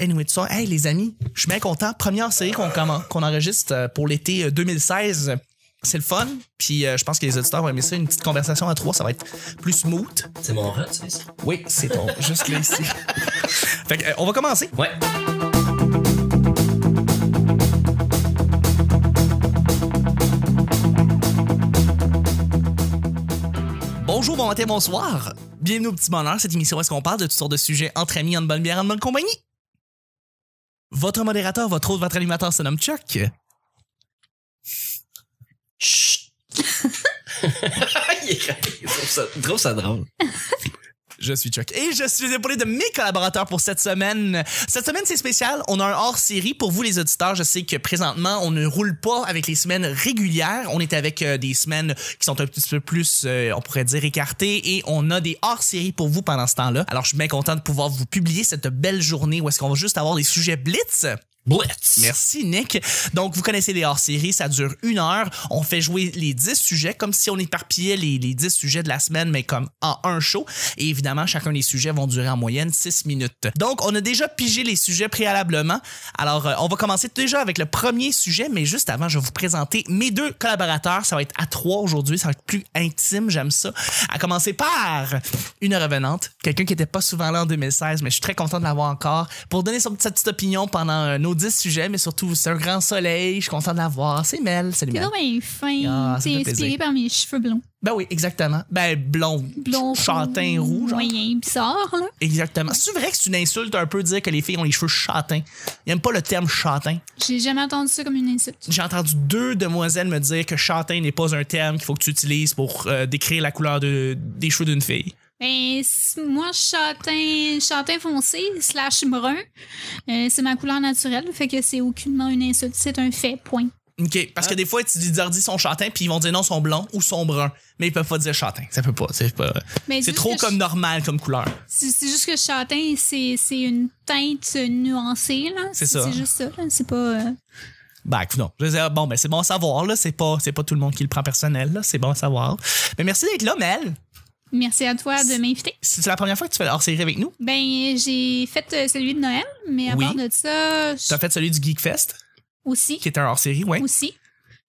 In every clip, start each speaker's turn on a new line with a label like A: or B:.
A: Anyway, tu hey les amis, je suis bien content. Première série qu'on commen- qu'on enregistre euh, pour l'été euh, 2016. C'est le fun. Puis euh, je pense que les auditeurs vont aimer ça. Une petite conversation à trois, ça va être plus smooth.
B: C'est mon rut, c'est ça?
A: Oui, c'est bon. Juste là ici. fait que, euh, on va commencer.
B: Ouais.
A: Bonjour, bon matin, bonsoir. Bienvenue au Petit Bonheur, cette émission où est-ce qu'on parle de toutes sortes de sujets entre amis, en bonne bière, en bonne compagnie. Votre modérateur, votre autre, votre animateur se nomme Chuck.
B: Chut! Il est raide. Je trouve ça- je trouve ça drôle.
A: Je suis Chuck. Et je suis épaulé de mes collaborateurs pour cette semaine. Cette semaine, c'est spécial. On a un hors-série pour vous, les auditeurs. Je sais que présentement, on ne roule pas avec les semaines régulières. On est avec euh, des semaines qui sont un petit peu plus, euh, on pourrait dire, écartées. Et on a des hors-séries pour vous pendant ce temps-là. Alors, je suis bien content de pouvoir vous publier cette belle journée où est-ce qu'on va juste avoir des sujets blitz.
B: Blitz!
A: Merci, Nick. Donc, vous connaissez les hors-séries, ça dure une heure. On fait jouer les 10 sujets comme si on éparpillait les, les 10 sujets de la semaine, mais comme en un show. Et évidemment, chacun des sujets vont durer en moyenne 6 minutes. Donc, on a déjà pigé les sujets préalablement. Alors, euh, on va commencer déjà avec le premier sujet, mais juste avant, je vais vous présenter mes deux collaborateurs. Ça va être à trois aujourd'hui, ça va être plus intime, j'aime ça. À commencer par une revenante, quelqu'un qui n'était pas souvent là en 2016, mais je suis très content de l'avoir encore, pour donner son, sa petite opinion pendant euh, nos 10 sujets, mais surtout, c'est un grand soleil, je suis content de la voir. C'est Mel, salut
C: T'es
A: Mel.
C: donc bien fin.
A: Ah, ça
C: T'es
A: fait
C: inspiré
A: plaisir.
C: par mes cheveux blonds.
A: Ben oui, exactement. Ben blond,
C: Blond.
A: châtain rouge. genre.
C: Moyen, bizarre, là.
A: Exactement. C'est vrai que c'est une insulte un peu de dire que les filles ont les cheveux châtains. Ils n'aiment pas le terme châtain.
C: J'ai jamais entendu ça comme une insulte.
A: J'ai entendu deux demoiselles me dire que châtain n'est pas un terme qu'il faut que tu utilises pour euh, décrire la couleur de, des cheveux d'une fille.
C: Ben, c- moi, châtain, châtain foncé, slash brun, euh, c'est ma couleur naturelle, fait que c'est aucunement une insulte. C'est un fait, point.
A: OK, parce que des fois, tu dis leur dis son châtain, puis ils vont dire non, son blond ou son brun. Mais ils peuvent pas dire châtain. Ça peut pas. C'est pas.
C: Mais
A: C'est
C: juste
A: trop
C: que
A: comme
C: ch-
A: normal comme couleur.
C: C'est c'est juste que châtain, c'est c'est une teinte nuancée, là.
A: C'est ça.
C: C'est juste ça, là. C'est pas. euh,
A: Ben, écoute, non. Je veux dire, bon, ben, c'est bon à savoir, là. C'est pas, c'est pas tout le monde qui le prend personnel, là. C'est bon à savoir. Mais merci d'être là, Mel.
C: Merci à toi de m'inviter.
A: C'est la première fois que tu fais hors série avec nous.
C: Ben, j'ai fait euh, celui de Noël, mais à
A: Oui.
C: part de ça,
A: T'as
C: j-
A: fait celui du Geek Fest,
C: aussi.
A: qui était un hors série, ouais.
C: Aussi.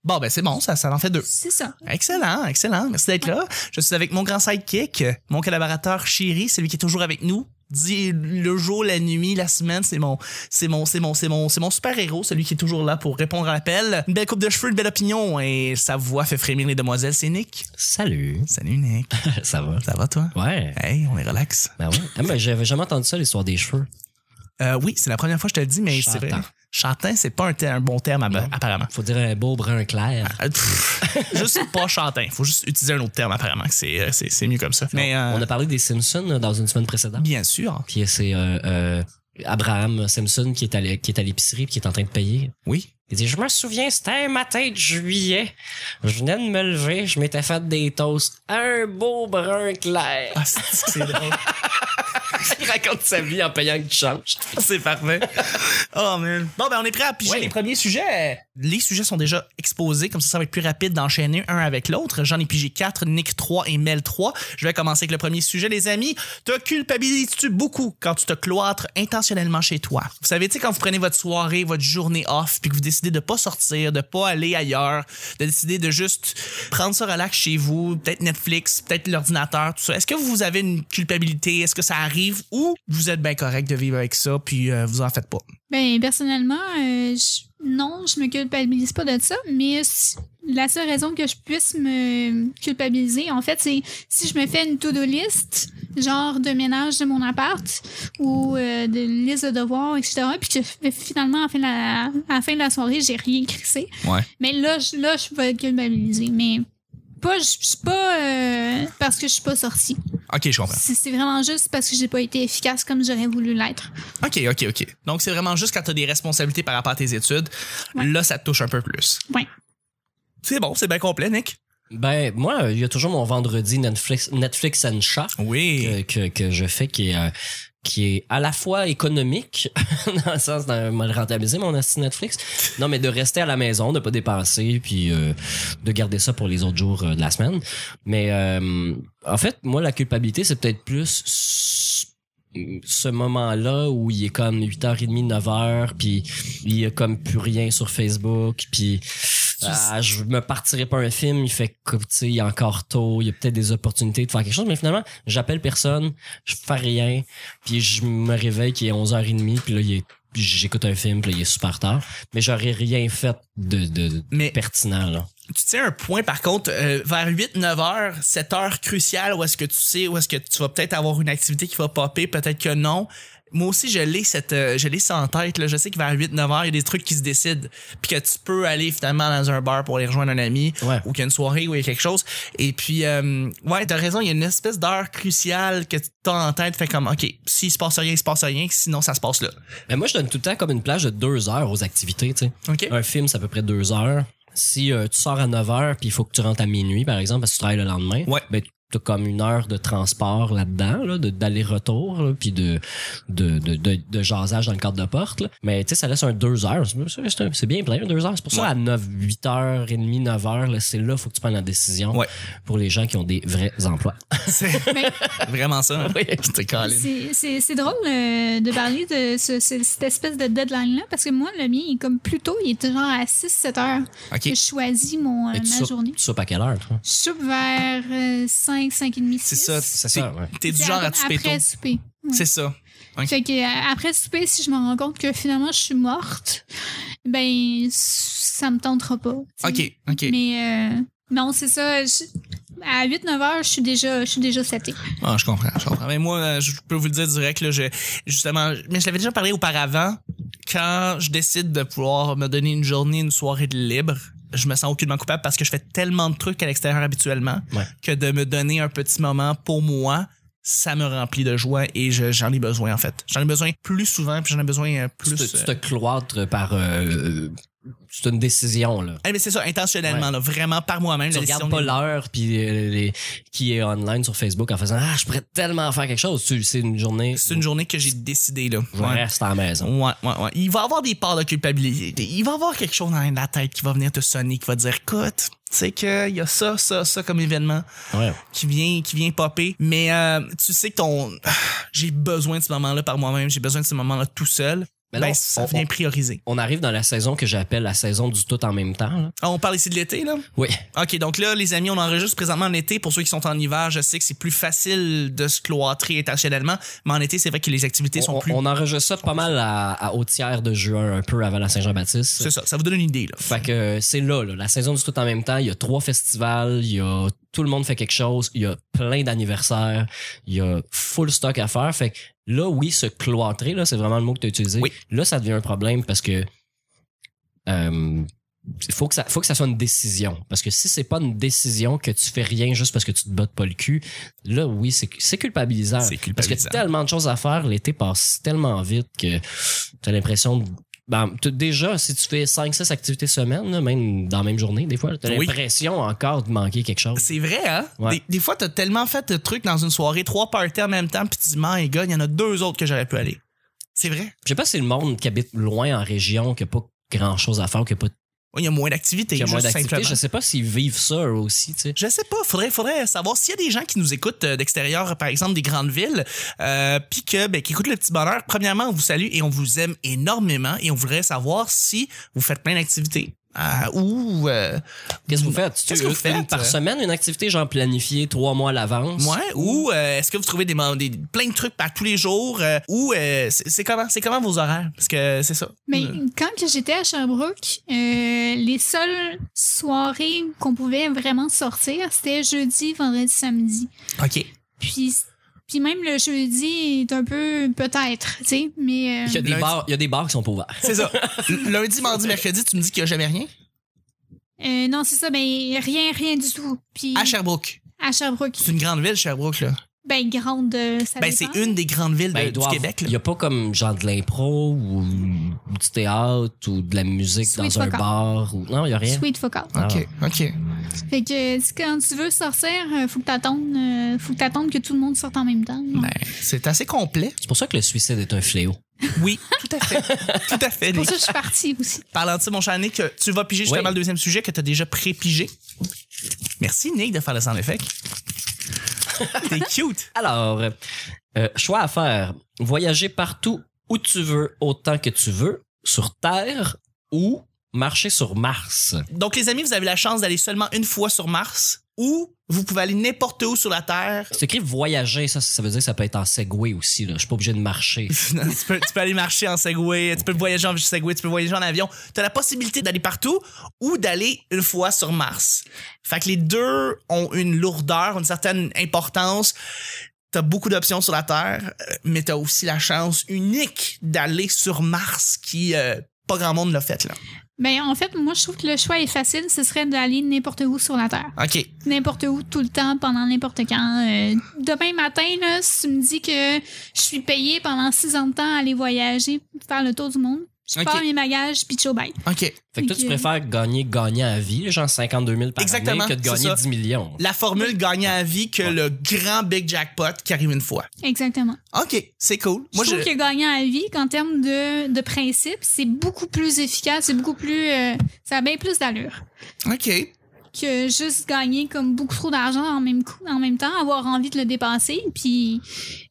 A: Bon, ben, c'est bon. Ça, ça en fait deux.
C: C'est ça.
A: Excellent, excellent. Merci d'être là. Je suis avec mon grand sidekick, mon collaborateur chéri, celui qui est toujours avec nous. Dit le jour, la nuit, la semaine, c'est mon, c'est mon, c'est mon, c'est mon, c'est mon super héros, celui qui est toujours là pour répondre à l'appel. Une belle coupe de cheveux, une belle opinion et sa voix fait frémir les demoiselles. C'est Nick.
B: Salut!
A: Salut Nick.
B: ça va?
A: Ça va toi?
B: Ouais.
A: Hey, on est relax.
B: Ben ouais. Ah, mais j'avais jamais entendu ça, l'histoire des cheveux.
A: Euh, oui, c'est la première fois que je te le dis, mais c'est vrai.
B: Chantant.
A: Chantin, c'est pas un, ter- un bon terme ab- apparemment.
B: Faut dire un beau brun clair.
A: Euh, pff, juste pas chantin. Faut juste utiliser un autre terme apparemment. que C'est, euh, c'est, c'est mieux comme ça. Mais euh,
B: On a parlé des Simpsons euh, dans une semaine précédente.
A: bien sûr.
B: Puis c'est euh, euh, Abraham Simpson qui est à l'é- qui est à l'épicerie puis qui est en train de payer.
A: Oui.
B: Il dit, je me souviens, c'était un matin de juillet. Je venais de me lever, je m'étais fait des toasts. Un beau brun clair.
A: Ah, c'est c'est drôle.
B: Il raconte sa vie en payant que tu changes.
A: C'est parfait. Oh man. Bon ben on est prêt à piger
B: Ouais.
A: les premiers sujets. Les sujets sont déjà exposés, comme ça ça va être plus rapide d'enchaîner un avec l'autre. J'en ai pigé 4, Nick 3 et Mel 3. Je vais commencer avec le premier sujet, les amis. Te culpabilises-tu beaucoup quand tu te cloîtres intentionnellement chez toi? Vous savez, tu sais, quand vous prenez votre soirée, votre journée off, puis que vous décidez de pas sortir, de pas aller ailleurs, de décider de juste prendre ça relax chez vous, peut-être Netflix, peut-être l'ordinateur, tout ça. Est-ce que vous avez une culpabilité? Est-ce que ça arrive? Ou vous êtes bien correct de vivre avec ça, puis euh, vous en faites pas?
C: Ben, personnellement, euh, je- non, je me culpabilise pas de ça, mais si- la seule raison que je puisse me culpabiliser, en fait, c'est si je me fais une to-do list, genre de ménage de mon appart ou euh, de liste de devoirs, etc., puis que f- finalement, à la fin de la, à la, fin de la soirée, j'ai rien crissé.
A: Ouais.
C: Mais là, je, là, je vais culpabiliser. Mais pas, je je suis pas euh, parce que je suis pas sortie.
A: OK, je comprends.
C: C'est c'est vraiment juste parce que j'ai pas été efficace comme j'aurais voulu l'être.
A: OK, OK, OK. Donc, c'est vraiment juste quand tu as des responsabilités par rapport à tes études.
C: Ouais.
A: Là, ça te touche un peu plus.
C: Ouais.
A: C'est bon, c'est bien complet, Nick.
B: Ben, moi, euh, il y a toujours mon vendredi Netflix, Netflix and Chat
A: Oui.
B: que, que, que je fais qui est, euh, qui est à la fois économique, dans le sens de me le rentabiliser mon assis Netflix, non, mais de rester à la maison, de pas dépenser, puis euh, de garder ça pour les autres jours euh, de la semaine. Mais euh, en fait, moi, la culpabilité, c'est peut-être plus ce moment-là où il est comme 8h30, 9h, puis il y a comme plus rien sur Facebook, puis ah, je me partirai pas un film, il fait que, tu sais, il est encore tôt, il y a peut-être des opportunités de faire quelque chose, mais finalement, j'appelle personne, je fais rien, puis je me réveille qu'il est 11h30, puis là, il est puis j'écoute un film, puis là, il est super tard, mais j'aurais rien fait de, de
A: Mais-
B: pertinent, là.
A: Tu tiens un point, par contre, euh, vers 8, 9 heures, cette heure cruciale où est-ce que tu sais, où est-ce que tu vas peut-être avoir une activité qui va popper, peut-être que non. Moi aussi, je l'ai cette, euh, je l'ai ça en tête, là. Je sais que vers 8, 9 heures, il y a des trucs qui se décident. Puis que tu peux aller finalement dans un bar pour aller rejoindre un ami.
B: Ouais.
A: Ou qu'il y a une soirée où il y a quelque chose. Et puis, euh, ouais, t'as raison, il y a une espèce d'heure cruciale que t'as en tête. Fait comme, OK, s'il se passe rien, il se passe rien. Sinon, ça se passe là.
B: Mais moi, je donne tout le temps comme une plage de deux heures aux activités, tu sais.
A: OK?
B: Un film, c'est à peu près deux heures. Si euh, tu sors à 9 heures puis il faut que tu rentres à minuit, par exemple, parce que tu travailles le lendemain,
A: Ouais.
B: ben, tu as comme une heure de transport là-dedans, là, de- d'aller-retour, là, puis de, de, de, de, de jasage dans le cadre de porte. là. Mais tu sais, ça laisse un deux heures. C'est- C'est un- c'est bien plein, un deux heures. C'est pour ça,
A: Ouais.
B: à 9, 8 heures et demie, 9 heures, là, c'est là qu'il faut que tu prennes la décision
A: Ouais.
B: pour les gens qui ont des vrais emplois.
A: C'est
C: Mais-
A: vraiment ça. hein? Oui, c'était câline.
C: C'est- C'est c'est drôle euh, de parler de ce- ce- cette espèce de deadline-là parce que moi, le mien, il est comme plus tôt, il est genre à 6-7 heures
A: OK.
C: que je choisis mon, euh,
B: Mais tu
C: ma
B: soupes-
C: journée.
B: Tu soupes à quelle heure, toi?
C: Je soupe vers 5, 5 et demi, 6.
A: C'est ça.
B: C'est
A: T'es-
B: ça, ouais.
A: T'es du genre à te
C: Après
A: péter tôt.
C: souper. Ouais.
A: C'est ça. Ok.
C: Fait que euh, après souper, si je me rends compte que finalement je suis morte, ben ça me tentera pas. tu sais.
A: OK, OK.
C: Mais euh, non, c'est ça. je- à 8-9 heures, je suis déjà, je suis déjà satée.
A: Ah, je comprends, je comprends. Mais moi, euh, je peux vous le dire direct, là, je- justement, mais je l'avais déjà parlé auparavant. Quand je décide de pouvoir me donner une journée, une soirée de libre, je me sens aucunement coupable parce que je fais tellement de trucs à l'extérieur habituellement
B: Ouais.
A: que de me donner un petit moment pour moi, ça me remplit de joie et je- j'en ai besoin, en fait. J'en ai besoin plus souvent, puis j'en ai besoin euh,
B: Tu
A: plus.
B: te,
A: euh,
B: tu te cloîtres par... euh, c'est une décision, là.
A: eh, mais c'est ça, intentionnellement,
B: Ouais.
A: là, vraiment par moi-même.
B: Tu
A: la
B: regardes
A: décision
B: pas
A: des-
B: l'heure puis euh, les- qui est online sur Facebook en faisant ah je pourrais tellement faire quelque chose. Tu- C'est une journée.
A: C'est une journée que j'ai décidée, là.
B: Je
A: Ouais.
B: reste à la maison.
A: Ouais, ouais, ouais. Il va avoir des parts de culpabilité. Il va avoir quelque chose dans la tête qui va venir te sonner, qui va te dire, écoute, tu sais qu'il y a ça, ça, ça comme événement
B: Ouais.
A: qui vient, qui vient popper. Mais euh, tu sais que ton, j'ai besoin de ce moment-là par moi-même, j'ai besoin de ce moment-là tout seul.
B: Mais
A: ben,
B: là, on-
A: ça
B: on-
A: vient prioriser.
B: On arrive dans la saison que j'appelle la saison du tout en même temps. là.
A: Ah, on parle ici de l'été, là?
B: Oui.
A: OK, donc là, les amis, on enregistre présentement en été. Pour ceux qui sont en hiver, je sais que c'est plus facile de se cloîtrer intentionnellement. Mais en été, c'est vrai que les activités sont
B: On,
A: plus...
B: on enregistre ça pas mal à, à au tiers de juin, un peu avant la Saint-Jean-Baptiste.
A: C'est ça, ça vous donne une idée, là.
B: Fait que euh, c'est là, là, la saison du tout en même temps. Il y a trois festivals, il y a tout le monde fait quelque chose, il y a plein d'anniversaires, il y a full stock à faire. Fait que là, oui, se cloîtrer, là, c'est vraiment le mot que tu as utilisé.
A: Oui.
B: Là, ça devient un problème parce que euh, faut que ça faut que ça soit une décision. Parce que si c'est pas une décision que tu fais rien juste parce que tu te bottes pas le cul, là, oui, c'est c'est culpabilisant.
A: C'est
B: Parce qu'il y
A: culpabilisant.
B: a tellement de choses à faire, l'été passe tellement vite que t'as l'impression de. ben, t'as- déjà, si tu fais 5-6 activités semaine, là, même dans la même journée, des fois, t'as
A: Oui.
B: l'impression encore de manquer quelque chose.
A: C'est vrai, hein?
B: Oh. Ouais.
A: Des, des fois, t'as tellement fait de trucs dans une soirée, trois parties en même temps, puis tu dis, my god, il y en a deux autres que j'aurais pu aller. C'est vrai.
B: Je sais pas si c'est le monde qui habite loin en région, qui a pas grand chose à faire, qui a pas
A: Ouais, Il y a moins d'activités,
B: qui a
A: juste
B: moins d'activités.
A: simplement.
B: Je sais pas s'ils vivent ça eux aussi, tu sais.
A: Je sais pas, faudrait, faudrait savoir s'il y a des gens qui nous écoutent euh, d'extérieur, par exemple des grandes villes, euh, puis que ben, qui écoutent le petit bonheur. Premièrement, on vous salue et on vous aime énormément et on voudrait savoir si vous faites plein d'activités euh, ou euh,
B: Qu'est-ce que vous faites? Tu-
A: Qu'est-ce que vous
B: une-
A: faites? euh?
B: Par semaine, une activité genre planifiée trois mois à l'avance.
A: ouais, ou euh, est-ce que vous trouvez des, mo- des- plein de trucs par tous les jours euh, ou euh, c'est c'est comment c'est comment vos horaires parce que c'est ça.
C: Mais
A: Euh,
C: quand que j'étais à Sherbrooke, euh, les seules soirées qu'on pouvait vraiment sortir, c'était jeudi, vendredi, samedi.
A: Euh, OK.
C: Puis, puis même le jeudi est un peu peut-être, tu sais, mais... euh,
B: Il y, a des
A: Lundi-
B: bars, il y a des bars qui sont pas ouverts.
A: C'est ça. L- Lundi, mardi, mercredi, tu me dis qu'il n'y a jamais rien?
C: Euh, non, c'est ça, ben rien, rien du tout. Puis
A: À Sherbrooke.
C: à Sherbrooke,
A: C'est une grande ville, Sherbrooke, là.
C: ben grande, euh, ça
A: Ben, c'est
C: dépend.
A: une des grandes villes de-
B: Ben, il
A: du
B: doit
A: Québec,
B: avoir-
A: là.
B: Il n'y a pas comme genre de l'impro ou du théâtre ou de la musique
C: Sweet
B: dans un
C: fuck
B: bar. Ou... Non, il n'y a rien.
C: Sweet focal.
B: Ah.
A: OK, OK.
C: Fait que si- quand tu veux sortir, euh, faut que t'attendes, euh, faut que t'attendes que tout le monde sorte en même temps.
A: Ben, c'est assez complet.
B: C'est pour ça que le suicide est un fléau.
A: Oui, tout à fait. tout à fait.
C: Pour
A: Nick.
C: ça, je suis partie aussi.
A: Parlant de ça, mon cher Nick, que tu vas piger justement
B: Oui.
A: le deuxième sujet que tu as déjà pré-pigé. Merci, Nick, de faire le sound effect. T'es cute.
B: Alors, euh, choix à faire. Voyager partout où tu veux, autant que tu veux, sur Terre ou marcher sur Mars.
A: Donc, les amis, vous avez la chance d'aller seulement une fois sur Mars ou vous pouvez aller n'importe où sur la Terre.
B: C'est écrit voyager, ça, ça veut dire que ça peut être en segway aussi. Là. Je suis pas obligé de marcher.
A: Non, tu, peux, tu peux aller marcher en Segway, tu peux voyager en Segway, tu peux voyager en avion. Tu as la possibilité d'aller partout ou d'aller une fois sur Mars. Fait que les deux ont une lourdeur, une certaine importance. T'as beaucoup d'options sur la Terre, euh, mais t'as aussi la chance unique d'aller sur Mars qui euh, pas grand monde l'a fait là.
C: Ben, en fait, moi, je trouve que le choix est facile. Ce serait d'aller n'importe où sur la Terre.
A: OK.
C: N'importe où, tout le temps, pendant n'importe quand. Euh, demain matin, là, si tu me dis que je suis payé pendant six ans de temps à aller voyager, faire le tour du monde, je
A: Ok.
C: pars mes bagages, puis ciao, bye.
A: OK.
B: Fait que toi, tu
C: Ok.
B: préfères gagner gagnant à vie, genre 52 000 par
A: Exactement,
B: année, que de
A: c'est
B: gagner
A: ça.
B: 10 millions.
A: La formule gagne à vie que le grand big jackpot qui arrive une fois.
C: Exactement.
A: OK, c'est cool. Moi,
C: je
A: je,
C: trouve que gagnant à vie, qu'en termes de, de principe, c'est beaucoup plus efficace, c'est beaucoup plus. euh, ça a bien plus d'allure
A: OK.
C: que juste gagner comme beaucoup trop d'argent en même coup, en même temps, avoir envie de le dépenser, puis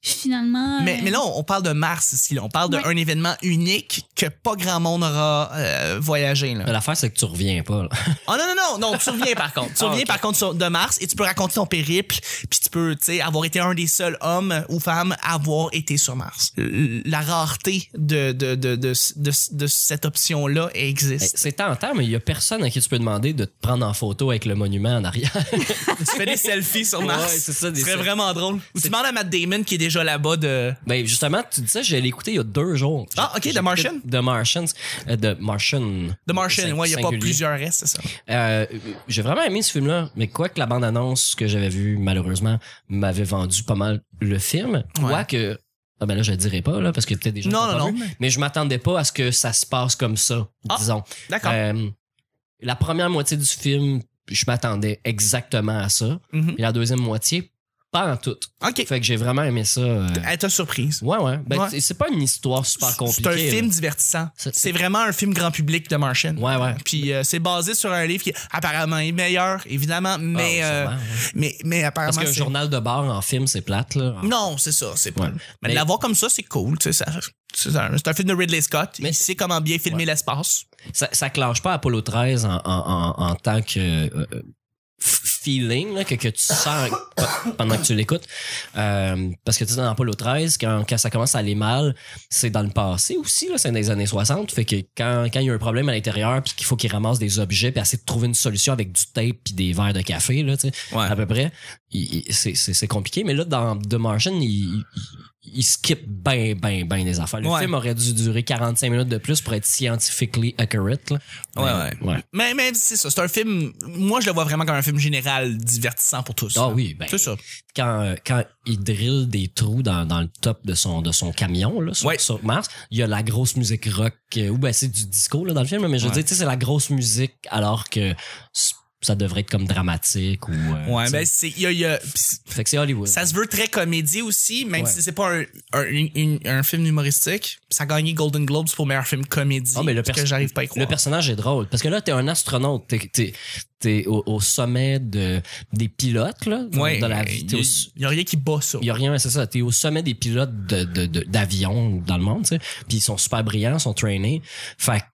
C: finalement.
A: Mais,
C: euh,
A: mais là, on on parle de Mars ici. là. On parle
C: Oui.
A: d'un événement unique que pas grand monde aura euh, voyagé. Là.
B: Mais L'affaire, c'est que tu reviens pas. là.
A: Oh non, non, non, non, tu reviens par contre. Tu
B: Ah,
A: reviens
B: ok.
A: par contre sur- de Mars et tu peux raconter ton périple, puis tu peux tu sais, avoir été un des seuls hommes ou femmes à avoir été sur Mars. L- La rareté de, de, de, de, de, de cette option-là
B: Hey,
A: existe.
B: C'est tentant, mais il y a personne à qui tu peux demander de te prendre en photo avec le monument en arrière.
A: tu fais des selfies sur
B: Ouais,
A: Mars.
B: c'est ça, des
A: Ce serait
B: selfies.
A: vraiment drôle. Ou tu demandes à Matt Damon qui est déjà là-bas de.
B: Ben justement, tu dis ça, je l'ai écouté il y a deux jours.
A: Ah, ok,
B: J'ai
A: The Martian?
B: écouté The Martians. euh, The Martian.
A: The Martian,
B: Sing-
A: ouais, il n'y a pas
B: singulier.
A: plusieurs restes, c'est ça.
B: Euh, J'ai vraiment aimé ce film-là, mais quoi que la bande-annonce que j'avais vue, malheureusement, m'avait vendu pas mal le film.
A: Ouais.
B: Quoi que... Ah ben là, je le dirai pas, là, parce que peut-être déjà...
A: Non, non, non.
B: Mais je m'attendais pas à ce que ça se passe comme ça,
A: Ah.
B: disons.
A: D'accord.
B: Euh, la première moitié du film, je m'attendais exactement à ça.
A: Mhm.
B: Puis la deuxième moitié, pas en tout.
A: Mm-hmm. OK.
B: Fait que j'ai vraiment aimé ça. euh,
A: Elle t'a surprise.
B: Ouais, ouais. Ben,
A: Ouais.
B: c'est- C'est pas une histoire super
A: C'est
B: compliquée.
A: un film
B: là.
A: divertissant.
B: C'est-
A: C'est vraiment un film grand public de Martian.
B: Ouais, ouais.
A: Puis euh, c'est basé sur un livre qui apparemment est meilleur, évidemment, mais
B: Ah,
A: euh,
B: sûrement, ouais.
A: mais mais
B: Parce
A: apparemment
B: qu'un
A: c'est-
B: journal de bar en film, c'est plate, là.
A: Non, c'est ça, c'est pas.
B: Ouais.
A: Mais,
B: Mais-
A: de l'avoir comme ça, c'est cool, tu sais ça. C'est un, c'est un film de Ridley Scott.
B: Mais-
A: Il sait comment bien filmer
B: Ouais.
A: l'espace.
B: Ça, ça clenche pas Apollo 13 en, en, en, en tant que euh, euh, f- feeling là, que, que tu sens pe- pendant que tu l'écoutes. Euh, parce que tu sais, dans Apollo 13, quand, quand ça commence à aller mal, c'est dans le passé aussi, là, c'est dans les années 60. Fait que quand, quand il y a un problème à l'intérieur, puis qu'il faut qu'il ramasse des objets, puis essayer de trouver une solution avec du tape puis des verres de café, là, tu sais,
A: Ouais.
B: à peu près, il- il- c'est- c'est c'est compliqué. Mais là, dans The Martian, il, il- il skip ben, ben, ben les affaires. Le
A: Ouais.
B: film aurait dû durer 45 minutes de plus pour être scientifically accurate. là.
A: Ouais,
B: Mais- ouais.
A: Mais mais c'est ça, c'est un film. Moi, je le vois vraiment comme un film général divertissant pour tous.
B: Ah oui, ben,
A: C'est ça.
B: quand, euh, quand il drille des trous dans, dans le top de son, de son camion là, sur,
A: Ouais.
B: sur Mars, il y a la grosse musique rock, euh, ou ben c'est du disco là, dans le film, mais je veux
A: Ouais.
B: dire, tu sais, c'est la grosse musique alors que c- ça devrait être comme dramatique ou. euh,
A: Ouais,
B: tu
A: ben c'est
B: sais.
A: il y a- il y a- puis c'est-
B: Fait que c'est Hollywood.
A: Ça se veut très comédie aussi, même
B: Ouais.
A: si c'est pas un, un- une- une- un film humoristique. Ça a gagné Golden Globes pour meilleur film comédie.
B: Ah, mais le
A: parce que
B: perso-
A: j'arrive pas à y croire.
B: Le personnage est drôle parce que là, t'es un astronaute, t'es t'es t'es au, au sommet de des pilotes là, dans,
A: Ouais,
B: dans la vie.
A: il
B: T'es
A: y,
B: au-
A: il y a rien qui bat ça.
B: Il y a rien, c'est ça. T'es au sommet des pilotes de, de, de- d'avions dans le monde, tu sais. Puis ils sont super brillants, ils sont trainés. Fait que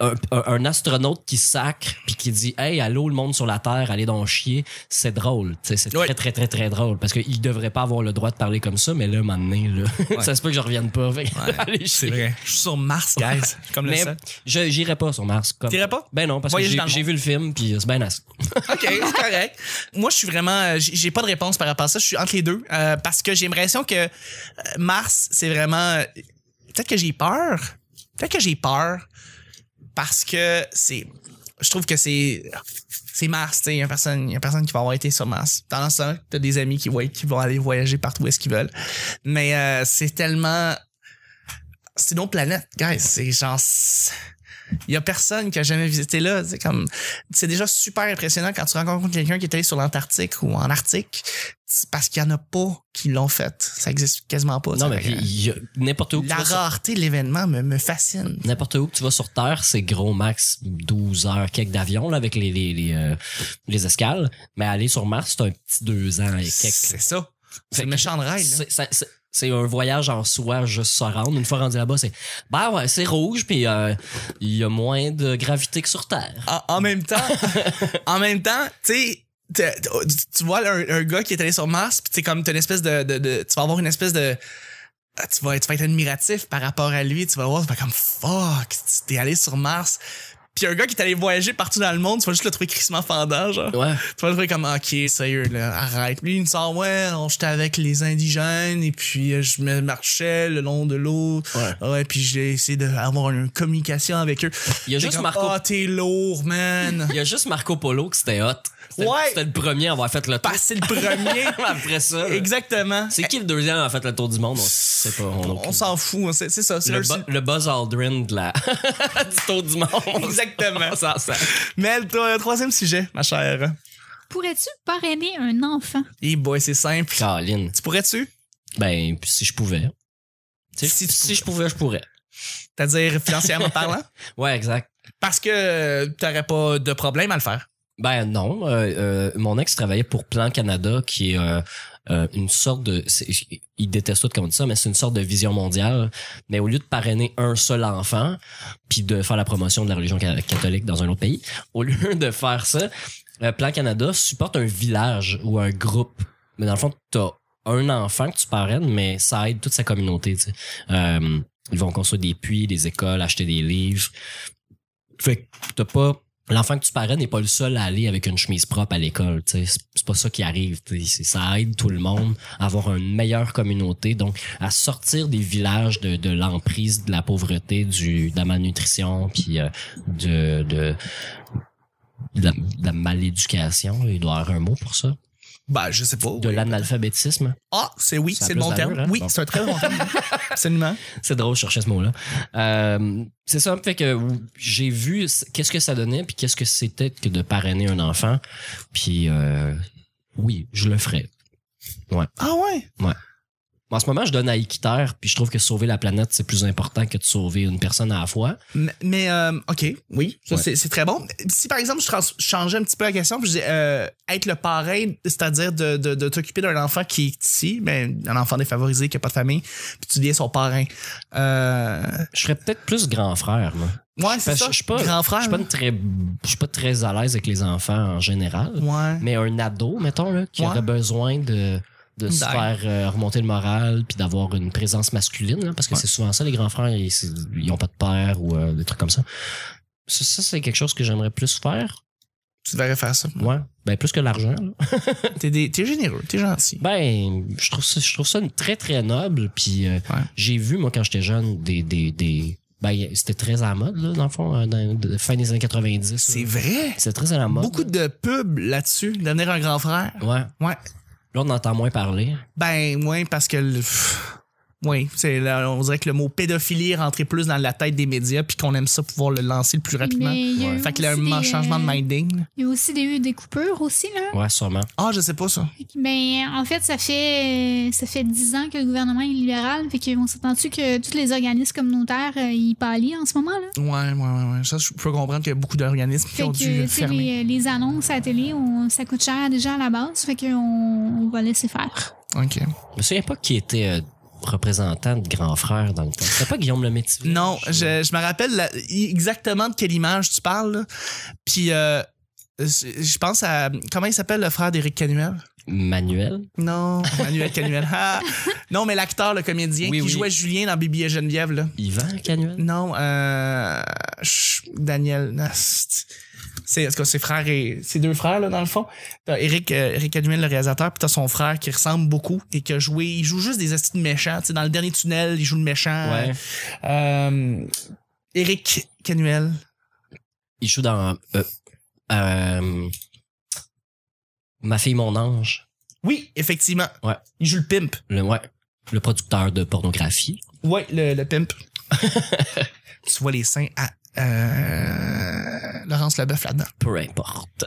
B: un, un- un astronaute qui sacre puis qui dit hey allô le monde sur la terre allez donc chier c'est drôle tu sais, c'est
A: Ouais.
B: très très très très drôle parce qu'il devrait pas avoir le droit de parler comme ça mais là maintenant là ça se peut que je revienne pas Fait que allez
A: C'est
B: chier.
A: vrai. Je suis sur Mars, guys. Comme le
B: mais
A: seul.
B: je j'irai pas sur Mars comme
A: T'irais pas?
B: ben non parce
A: Voyage
B: que j'ai,
A: dans le
B: j'ai
A: monde.
B: vu le film puis c'est ben assez.
A: OK, c'est correct. Moi, je suis vraiment. euh, J'ai j'ai pas de réponse par rapport à ça. Je suis entre les deux. euh, parce que j'ai l'impression que euh, Mars, c'est vraiment. euh, Peut-être que j'ai peur. Peut-être que j'ai peur. Parce que c'est. Je trouve que c'est. C'est Mars, tu sais. Il y a personne, y a personne qui va avoir été sur Mars. Dans ce temps t'as des amis qui, voy- qui vont aller voyager partout où est-ce qu'ils veulent. Mais euh, c'est tellement. C'est une autre planète, guys. C'est genre. Il y a personne qui a jamais visité là. C'est comme, c'est déjà super impressionnant quand tu rencontres quelqu'un qui est allé sur l'Antarctique ou en Arctique, c'est parce qu'il y en a pas qui l'ont fait. Ça existe quasiment pas.
B: Non,
A: ça.
B: mais
A: Fait que,
B: puis, il y a- n'importe où. que tu
A: la
B: vas sur-
A: rareté de l'événement me, me fascine.
B: N'importe où que tu vas sur Terre, c'est gros max 12 heures quelques d'avion là, avec les, les, les, euh, les escales. Mais aller sur Mars, c'est un petit deux ans et quelques.
A: C'est ça.
B: Fait
A: C'est
B: que
A: le méchant de rêve. là.
B: C'est- c'est- c'est- C'est un voyage en soi, juste se rendre. Une fois rendu là-bas, c'est bah ouais, c'est rouge, puis euh, il y a moins de gravité que sur Terre.
A: en, en même temps, en même temps, tu sais, t'es- tu- tu vois là, un, un gars qui est allé sur Mars, puis c'est comme t'as une espèce de, de- de- tu vas avoir une espèce de ah, tu vas, tu vas être admiratif par rapport à lui, tu vas voir, tu vas comme fuck, tu- t'es allé sur Mars. Puis un gars qui est allé voyager partout dans le monde, tu vas juste le trouver crissement fendant, genre.
B: Ouais.
A: Tu vas le trouver comme, ok, sérieux, là, arrête. Lui, il me sort, ouais, non, j'étais avec les indigènes, et puis euh, je me marchais le long de l'eau.
B: Ouais.
A: Ouais, puis j'ai essayé d'avoir une communication avec eux.
B: Il y a
A: T'es
B: juste
A: comme,
B: Marco-
A: Ah, t'es lourd, man.
B: Il y a juste Marco Polo qui c'était hot. C'était le-
A: Ouais.
B: C'était le premier à avoir fait le tour.
A: Passer le premier.
B: Après ça. là.
A: Exactement.
B: C'est qui le deuxième à avoir fait le tour du monde? On sait pas. On, a aucune-
A: On s'en fout, hein, c'est c'est ça. c'est
B: le,
A: leur-
B: bu- le Buzz Aldrin de la... du tour du monde.
A: Exactement.
B: On s'en sac.
A: Mais le tro- troisième sujet, ma chère.
C: Pourrais-tu parrainer un enfant?
A: Et boy, c'est simple.
B: Caroline.
A: Tu pourrais-tu?
B: Ben, puis si je pouvais. Tu sais,
A: Si
B: Si,
A: tu
B: je pouvais, je pourrais.
A: C'est-à-dire financièrement parlant?
B: Ouais, exact.
A: Parce que euh, t'aurais pas de problème à le faire.
B: Ben non, euh, euh, mon ex travaillait pour Plan Canada, qui est euh, euh, une sorte de... c'est- Il déteste tout comme ça, mais c'est une sorte de vision mondiale. Mais au lieu de parrainer un seul enfant, puis de faire la promotion de la religion ca- catholique dans un autre pays, au lieu de faire ça, euh, Plan Canada supporte un village ou un groupe. Mais dans le fond, t'as un enfant que tu parraines, mais ça aide toute sa communauté. tu sais. Euh, ils vont construire des puits, des écoles, acheter des livres. Fait que t'as pas... L'enfant que tu parraines n'est pas le seul à aller avec une chemise propre à l'école. tu sais. C'est c'est pas ça qui arrive. tu sais. C'est- Ça aide tout le monde à avoir une meilleure communauté, donc à sortir des villages de, de l'emprise, de la pauvreté, du, de la malnutrition, puis euh, de, de, de la, de la maléducation. Il doit y avoir un mot pour ça.
A: Ben, je sais pas.
B: De l'analphabétisme.
A: Ah, c'est oui,
B: Ça a
A: c'est le
B: plus
A: bon terme.
B: d'allure, hein?
A: Oui,
B: Bon.
A: c'est un très bon terme. Absolument.
B: C'est drôle, je cherchais ce mot-là. Euh, c'est ça, fait que j'ai vu c- qu'est-ce que ça donnait, puis qu'est-ce que c'était que de parrainer un enfant. Puis euh, oui, je le ferais.
A: Ah ouais?
B: En ce moment, je donne à Équiterre, puis je trouve que sauver la planète, c'est plus important que de sauver une personne à la fois.
A: Mais, mais, euh, OK, oui, ça,
B: Ouais.
A: c'est- c'est très bon. Si, par exemple, je trans- changeais un petit peu la question, puis je disais, euh, être le parrain, c'est-à-dire de, de, de t'occuper d'un enfant qui est ici, mais un enfant défavorisé qui n'a pas de famille, puis tu deviens son parrain. Euh,
B: Je serais peut-être plus grand frère, moi.
A: ouais, c'est
B: Parce que
A: ça.
B: Ben, je suis pas,
A: grand frère.
B: je suis pas, une très, je suis pas très à l'aise avec les enfants en général.
A: Ouais.
B: Mais un ado, mettons, là, qui
A: Ouais.
B: aurait besoin de, de se
A: D'aide.
B: faire euh, remonter le moral puis d'avoir une présence masculine, là, parce que
A: Ouais.
B: c'est souvent ça, les grands frères, ils, c'est- ils ont pas de père ou euh, des trucs comme ça. Ça, ça, c'est quelque chose que j'aimerais plus faire.
A: Tu devrais faire ça.
B: Ouais. Ben, plus que l'argent. là.
A: T'es des- t'es généreux, t'es gentil.
B: Ben, je trouve ça, je trouve ça une très, très noble. Puis euh, j'ai vu, moi, quand j'étais jeune, des. des, des ben, c'était très à la mode, là, dans le fond, euh, dans, de- fin des années 90.
A: C'est
B: là.
A: vrai.
B: C'était très à la mode. euh,
A: Beaucoup de pubs là-dessus, devenir un grand frère.
B: Ouais.
A: Ouais.
B: Là, on entend moins parler.
A: Ben, oui, parce que. le- pff, Oui, c'est là, on dirait que le mot pédophilie est rentré plus dans la tête des médias, puis qu'on aime ça pouvoir le lancer le plus rapidement.
C: Mais il y a eu
A: Fait que là,
C: aussi
A: un
C: des,
A: changement de
C: euh,
A: minding. là.
C: Il y a aussi des- eu des coupures aussi, là.
B: Ouais, sûrement.
A: Ah, je sais pas ça.
C: Ben, en fait, ça fait euh, ça fait dix ans que le gouvernement est libéral, fait qu'on s'entend-tu que tous les organismes communautaires, euh, ils pâlissent en ce moment, là?
A: Ouais, ouais, ouais, ouais. Ça, je peux comprendre qu'il y a beaucoup d'organismes qui
C: Fait
A: ont
C: que,
A: dû
C: tu sais,
A: fermer.
C: les, les annonces à la télé, on- ça coûte cher déjà à la base, fait qu'on on va laisser faire.
A: OK.
B: Je me souviens pas qui était euh, représentant de grand frère dans le temps. C'était pas Guillaume le Métivier.
A: Non, je, je me rappelle la- exactement de quelle image tu parles. là. Puis, euh, je je pense à. Comment il s'appelle le frère d'Éric Canuel?
B: Manuel.
A: Non, Manuel Canuel. Ah! Non, mais l'acteur, le comédien
B: Oui,
A: qui
B: oui.
A: jouait Julien dans Bibi et Geneviève, là.
B: Yvan Canuel.
A: Non, euh, chut, Daniel. non, C'est c'est- en tout cas, c'est frère et c'est deux frères là dans le fond. T'as Eric euh, Eric Adumel, le réalisateur, puis t'as son frère qui ressemble beaucoup et qui a joué. Il joue juste des astuces de méchants. Tu sais, dans le dernier tunnel, il joue le méchant.
B: Ouais.
A: Euh, Eric Canuel.
B: Il joue dans. euh, euh, Ma fille, mon ange.
A: Oui, effectivement.
B: Ouais.
A: Il joue le pimp.
B: Le, ouais. Le producteur de pornographie.
A: Ouais, le, le pimp. tu tu vois les seins à euh, Laurence Leboeuf là-dedans.
B: Peu importe.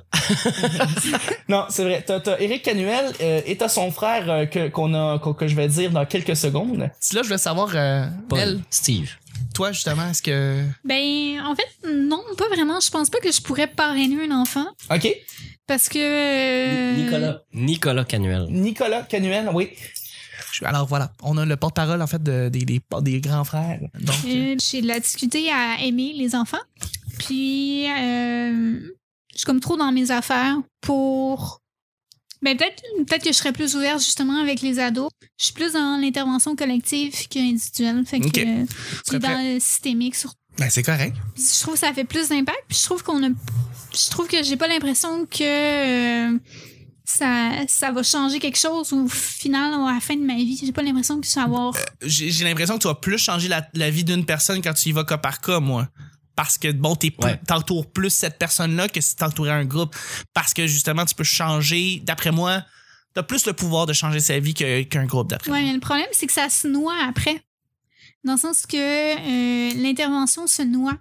A: Non, c'est vrai. T'as, t'as Eric Canuel euh, et t'as son frère euh, que, qu'on a, qu'on- que je vais dire dans quelques secondes. Si là, je veux savoir, euh,
B: Paul,
A: Belle,
B: Steve.
A: toi, justement, est-ce que.
C: Ben, en fait, non, pas vraiment. Je pense pas que je pourrais parrainer un enfant
A: OK.
C: parce que. euh,
B: Nicolas Canuel.
A: Nicolas Canuel, oui. Je- Alors voilà, on a le porte-parole, en fait, de- des, des, des grands frères. Donc, euh,
C: Euh, J'ai de la difficulté à aimer les enfants. Puis, euh, je suis comme trop dans mes affaires pour. Ben, peut-être peut que je serais plus ouverte justement avec les ados. Je suis plus dans l'intervention collective qu'individuelle. Fait que.
A: Ok.
C: euh,
A: serais
C: puis dans le systémique, surtout.
A: ben, c'est correct.
C: Je trouve que ça fait plus d'impact. Puis je trouve qu'on a. Je trouve que j'ai pas l'impression que. euh, ça, ça va changer quelque chose au final ou à la fin de ma vie. J'ai pas l'impression que ça va avoir.
A: J'ai, j'ai l'impression que tu vas plus changer la, la vie d'une personne quand tu y vas cas par cas, moi. Parce que, bon, t'es plus-
B: Ouais.
A: t'entoures plus cette personne-là que si t'entourais un groupe. Parce que, justement, tu peux changer, d'après moi, t'as plus le pouvoir de changer sa vie que- qu'un groupe, d'après
C: Ouais,
A: moi.
C: mais le problème, c'est que ça se noie après. Dans le sens que euh, l'intervention se noie.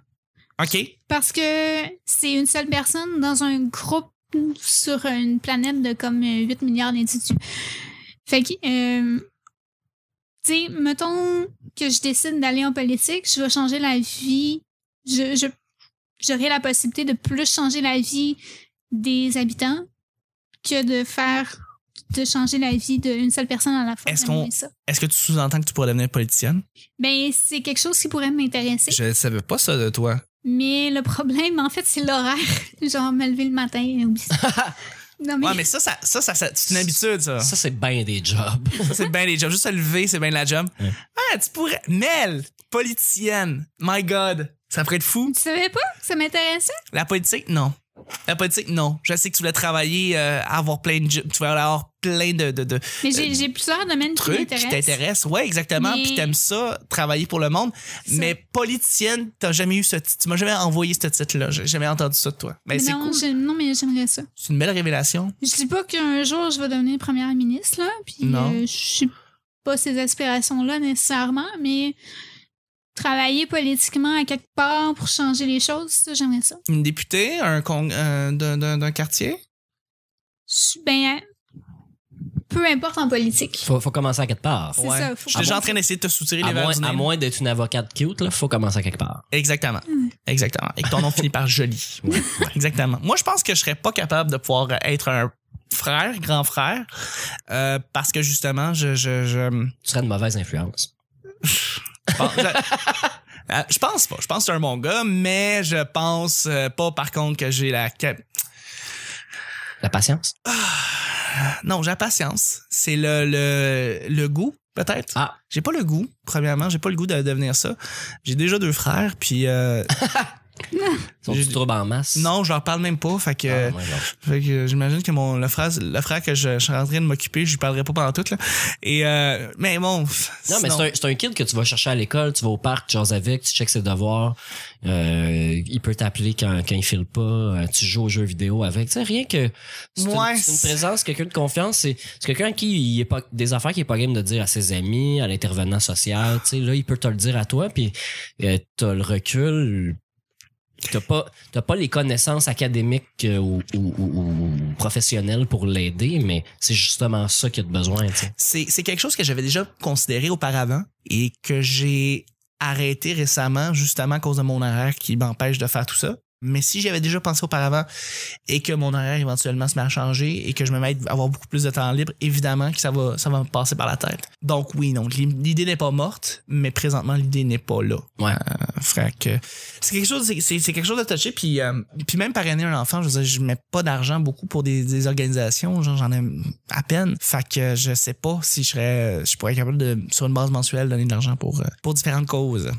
A: OK?
C: Parce que c'est une seule personne dans un groupe sur une planète de comme euh, 8 milliards d'individus. Fait que, euh, tu sais, mettons que je décide d'aller en politique, je vais changer la vie. Je, je- j'aurai la possibilité de plus changer la vie des habitants que de faire de changer la vie d'une seule personne à la fois.
A: Est-ce
C: J'aime
A: qu'on-
C: bien ça.
A: Est-ce que tu sous-entends que tu pourrais devenir politicienne?
C: Ben, c'est quelque chose qui pourrait m'intéresser.
A: Je savais pas ça de toi.
C: Mais le problème, en fait, c'est l'horaire. Genre, me lever le matin, oublie ça. non, mais,
A: Ouais, mais ça, ça, ça, ça, ça- c'est une habitude, ça.
B: Ça, c'est bien des jobs.
A: Ça, c'est bien les jobs. Juste se lever, c'est bien de la job.
B: Ouais.
A: Ah, tu pourrais. Mel, politicienne. My God. Ça pourrait être fou.
C: tu savais pas que ça m'intéressait?
A: La politique, non. La politique, non. Je sais que tu voulais travailler, euh, avoir plein de jobs. Tu voulais avoir plein de, de, de
C: Mais j'ai, j'ai plusieurs domaines qui
A: Euh, trucs qui
C: m'intéressent.
A: t'intéressent. Ouais, exactement.
C: Mais-
A: Puis t'aimes ça, travailler pour le monde.
C: Ça.
A: Mais politicienne, t'as jamais eu ce titre. Tu m'as jamais envoyé ce titre-là. J'ai jamais entendu ça de toi. Mais, Ben, c'est
C: non,
A: cool.
C: j'ai- non, mais j'aimerais ça.
A: C'est une belle révélation.
C: Je dis pas qu'un jour, je vais devenir première ministre, là. Puis,
A: Non.
C: euh, je suis pas ces aspirations-là nécessairement, mais travailler politiquement à quelque part pour changer les choses, ça, j'aimerais ça.
A: Une députée un con- euh, d'un- d'un d'un quartier?
C: Je suis bien. Peu importe en politique.
B: Faut, faut commencer à quelque part.
C: C'est
A: Je
C: ça, faut
A: suis déjà
C: commencer.
A: en train d'essayer de te soutirer
B: À
A: les verres
B: moins,
A: du
B: à
A: nez.
B: moins d'être une avocate cute, là, faut commencer à quelque part.
A: Exactement. Exactement. Et que ton nom finit par joli.
B: Hmm. Ouais.
A: Exactement. Moi, je pense que je serais pas capable de pouvoir euh, être un frère, grand frère, euh, parce que justement, je, je, je,
B: Tu serais une mauvaise influence.
A: je pense, je- Euh, je pense pas. Je pense que c'est un bon gars, mais je pense euh, pas, par contre, que j'ai la cap-
B: La patience?
A: Non, j'ai la patience. C'est le, le, le goût, peut-être.
B: Ah.
A: J'ai pas le goût, premièrement. J'ai pas le goût de devenir ça. J'ai déjà deux frères, puis euh,
B: Sont
A: J'ai-
B: tu troubles en masse?
A: non, je leur parle même pas. Fait que...
B: Ah, ouais, bon.
A: Fait que euh, j'imagine que mon le frère le frère que je, je suis en train de m'occuper, je lui parlerai pas pendant tout là. Et euh, mais bon, pff,
B: Non, mais
A: sinon-
B: c'est un, c'est un kid que tu vas chercher à l'école, tu vas au parc, tu jases avec, tu checks ses devoirs, euh, il peut t'appeler quand, quand il file pas, euh, tu joues aux jeux vidéo avec. Tu sais, rien que. C'est
A: Ouais,
B: une, c'est une
A: c'est-
B: présence, quelqu'un de confiance, c'est c'est quelqu'un à qui il est pas. Des affaires qu'il est pas game de dire à ses amis, à l'intervenant social, tu sais, là, il peut te le dire à toi, puis euh, t'as le recul. T'as pas, t'as pas les connaissances académiques euh, ou, ou- ou- ou professionnelles pour l'aider, mais c'est justement ça qu'il a de besoin. tu sais.
A: c'est c'est quelque chose que j'avais déjà considéré auparavant et que j'ai arrêté récemment justement à cause de mon horaire qui m'empêche de faire tout ça. Mais si j'avais déjà pensé auparavant et que mon horaire éventuellement se met à changer et que je me mette à avoir beaucoup plus de temps libre, évidemment que ça va ça va me passer par la tête. Donc oui, non, l'idée n'est pas morte, mais présentement l'idée n'est pas là.
B: Ouais.
A: Fait que c'est quelque chose, c'est- c'est c'est quelque chose de touché. Puis, euh, puis même parrainer un enfant, je veux dire, je mets pas d'argent beaucoup pour des, des organisations. Genre, j'en ai à peine. Fait que je sais pas si je serais, je pourrais être capable de, sur une base mensuelle, donner de l'argent pour, euh, pour différentes causes.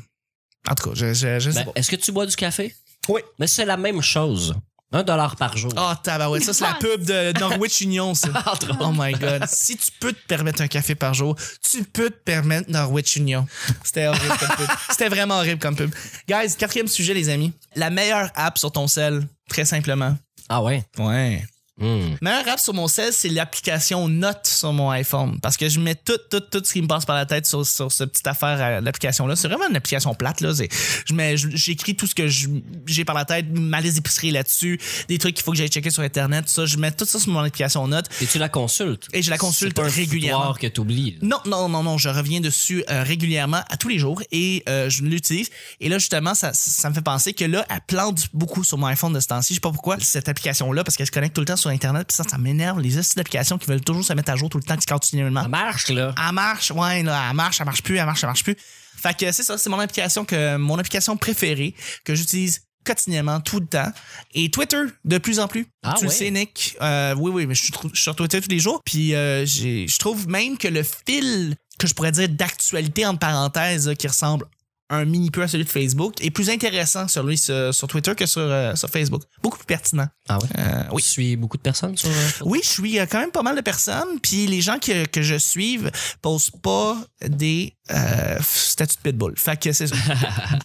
A: En tout cas, je, je, je sais
B: Ben,
A: pas.
B: Est-ce que tu bois du café?
A: Oui.
B: Mais c'est la même chose. Un dollar par jour.
A: Ah, tabarouette, ça, c'est la pub de Norwich Union, ça.
B: Entre autres.
A: Oh my God. Si tu peux te permettre un café par jour, tu peux te permettre Norwich Union. C'était horrible comme pub. C'était vraiment horrible comme pub. Guys, quatrième sujet, les amis. La meilleure app sur ton cell, très simplement.
B: Ah ouais.
A: Ouais.
B: Hmm.
A: Meilleur app sur mon cell, c'est l'application Note sur mon iPhone. Parce que je mets tout, tout, tout ce qui me passe par la tête sur, sur cette petite affaire, euh, l'application-là. C'est vraiment une application plate, là. C'est- Je mets, je- j'écris tout ce que je- j'ai par la tête, ma liste d'épicerie là-dessus, des trucs qu'il faut que j'aille checker sur Internet, tout ça. Je mets tout ça sur mon application Note.
B: Et tu la consultes.
A: Et je la consulte
B: C'est pas un
A: régulièrement.
B: foutoir que t'oublies. là.
A: Non, non, non, non, je reviens dessus euh, régulièrement à tous les jours et euh, je l'utilise. Et là, justement, ça, ça me fait penser que là, elle plante beaucoup sur mon iPhone de ce temps-ci. Je sais pas pourquoi cette application-là, parce qu'elle se connecte tout le temps sur Internet, puis ça, ça m'énerve. Les astuces d'applications qui veulent toujours se mettre à jour tout le temps, continuellement.
B: Ça marche, là.
A: Elle marche, ouais, là, elle marche, elle marche plus, elle marche, elle marche plus. Fait que c'est ça, c'est mon application que mon application préférée que j'utilise quotidiennement, tout le temps. Et Twitter, de plus en plus.
B: Ah
A: tu le
B: ouais?
A: sais, Nick. Euh, oui, oui, mais je suis, tr- je suis sur Twitter tous les jours. Puis euh, j'ai- je trouve même que le fil que je pourrais dire d'actualité, entre parenthèses, là, qui ressemble un mini peu à celui de Facebook, est plus intéressant sur lui sur, sur Twitter que sur, euh, sur Facebook. Beaucoup plus pertinent.
B: Ah ouais?
A: Euh, oui.
B: Tu suis beaucoup de personnes sur. euh, sur-
A: Oui, je suis euh, quand même pas mal de personnes. Puis les gens que, que je suive posent pas des euh, statuts de pitbull. Fait que c'est ça.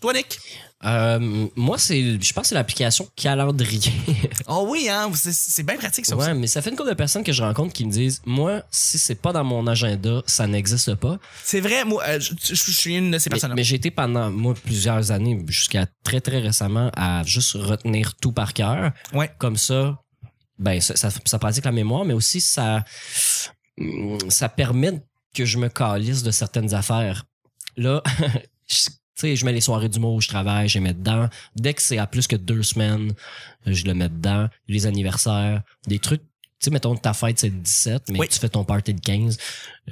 A: Toi, Nick?
B: Euh, moi, c'est, je pense que c'est l'application calendrier.
A: Oh oui, hein? C'est- C'est bien pratique, ça. aussi.
B: ouais, mais ça fait une couple de personnes que je rencontre qui me disent Moi, si c'est pas dans mon agenda, ça n'existe pas.
A: C'est vrai, moi, euh, je, je- je suis une de ces
B: Mais,
A: personnes-là.
B: mais j'ai été pendant, moi, plusieurs années, jusqu'à très, très récemment, à juste retenir tout par cœur.
A: Ouais.
B: Comme ça, ben, ça, ça, ça pratique la mémoire, mais aussi ça, ça permet que je me calisse de certaines affaires. Là, je- tu sais, je mets les soirées du où je travaille, je les mets dedans. Dès que c'est à plus que deux semaines, je le mets dedans. Les anniversaires, des trucs. Tu sais, mettons, ta fête, c'est le 17, mais
A: Oui.
B: tu fais ton party de 15.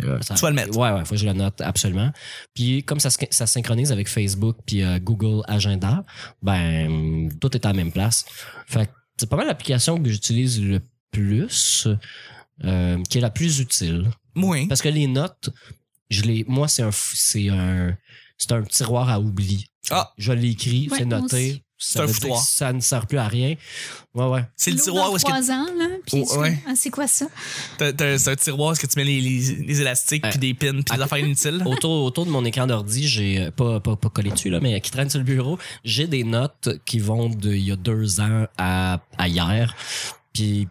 B: euh, ça-
A: Tu vas le mettre.
B: Ouais, ouais, faut que je le note, absolument. Puis comme ça, se- ça synchronise avec Facebook puis euh, Google Agenda, ben, tout est à la même place. Fait que c'est pas mal l'application que j'utilise le plus, euh, qui est la plus utile.
A: Oui.
B: Parce que les notes, je les, moi, c'est un, f- c'est un, c'est un tiroir à oubli.
A: Ah.
B: Je l'ai écrit,
C: Ouais,
B: c'est
C: moi
B: noté.
C: aussi.
A: C'est
B: Ça
A: un
B: veut dire
A: foutoir.
B: que Ça ne sert plus à rien. Ouais, ouais.
A: C'est le
C: L'eau
A: tiroir
C: dans
A: où est-ce que
C: trois ans, là. Puis
A: Oh,
C: tu-
A: ouais.
C: ah, c'est quoi ça?
A: t'as- t'as- c'est un tiroir où est-ce que tu mets les, les- les élastiques puis
B: Ouais. Ah. Oh.
A: des pins puis des
B: À-
A: affaires inutiles.
B: autour, autour de mon écran d'ordi, j'ai euh, pas, pas, pas collé dessus, là, mais qui traîne sur le bureau, j'ai des notes qui vont de il y a deux ans à, à hier. Puis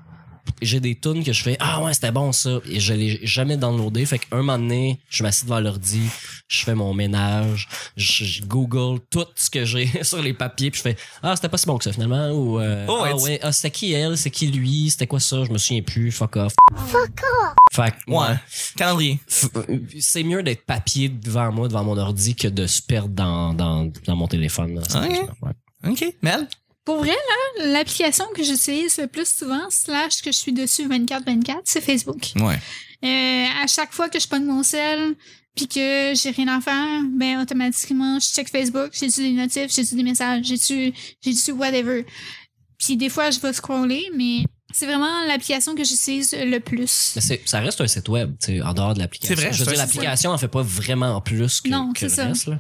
B: j'ai des tunes que je fais Ah ouais, c'était bon ça. Et je l'ai jamais downloadé. Fait qu'un moment donné, je m'assis devant l'ordi, je fais mon ménage, je, je google tout ce que j'ai sur les papiers, puis je fais Ah, c'était pas si bon que ça finalement. Ou euh,
A: Oh, ouais,
B: Ah
A: tu-
B: ouais, ah, c'était qui elle, c'est qui lui, c'était quoi ça, je me souviens plus, fuck off. Fuck off! Fait que,
A: Ouais.
B: ouais.
A: Calendrier.
B: F- euh, c'est mieux d'être papier devant moi, devant mon ordi, que de se perdre dans, dans, dans mon téléphone. là. C'est
A: Ah Ouais.
B: franchement, ouais.
A: OK. Mel?
C: Pour vrai, là, l'application que j'utilise le plus souvent, slash que je suis dessus 24-24, c'est Facebook.
A: Ouais.
C: Euh, à chaque fois que je pogne mon sel puis que j'ai rien à faire, ben automatiquement je check Facebook, j'ai tu des notifs, j'ai tu des messages, j'ai tu j'ai tu whatever. Puis des fois je vais scroller mais c'est vraiment l'application que j'utilise le plus.
B: Mais c'est- ça reste un site web, tu sais, en dehors de l'application.
A: C'est vrai,
B: Je veux
A: c'est
B: dire,
A: un
C: site
B: l'application en fait pas vraiment plus que,
C: Non,
B: que
C: c'est
B: le
C: ça.
B: reste. là.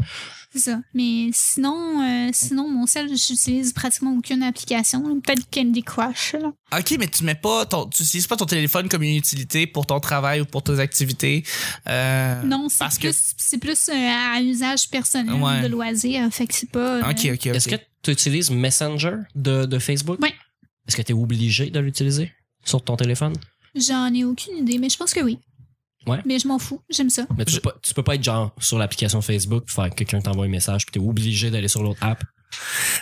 C: C'est ça. Mais sinon euh, sinon mon sel, j'utilise pratiquement aucune application, peut-être Candy Crush là.
A: OK, mais tu mets pas ton, tu utilises pas ton téléphone comme une utilité pour ton travail ou pour tes activités. Euh,
C: Non, c'est
A: parce que-
C: plus c'est plus euh, à usage personnel
A: Ouais.
C: de loisir, fait que c'est pas euh,
A: OK, OK, OK.
B: Est-ce que tu utilises Messenger de, de Facebook?
C: Ouais.
B: Est-ce que tu es obligé de l'utiliser sur ton téléphone?
C: j'en ai aucune idée, mais je pense que oui.
B: Ouais.
C: Mais je m'en fous, j'aime ça.
B: Mais tu,
A: Je-
B: peux pas, tu peux pas être genre sur l'application Facebook, faire que quelqu'un t'envoie un message, puis tu es obligé d'aller sur l'autre app.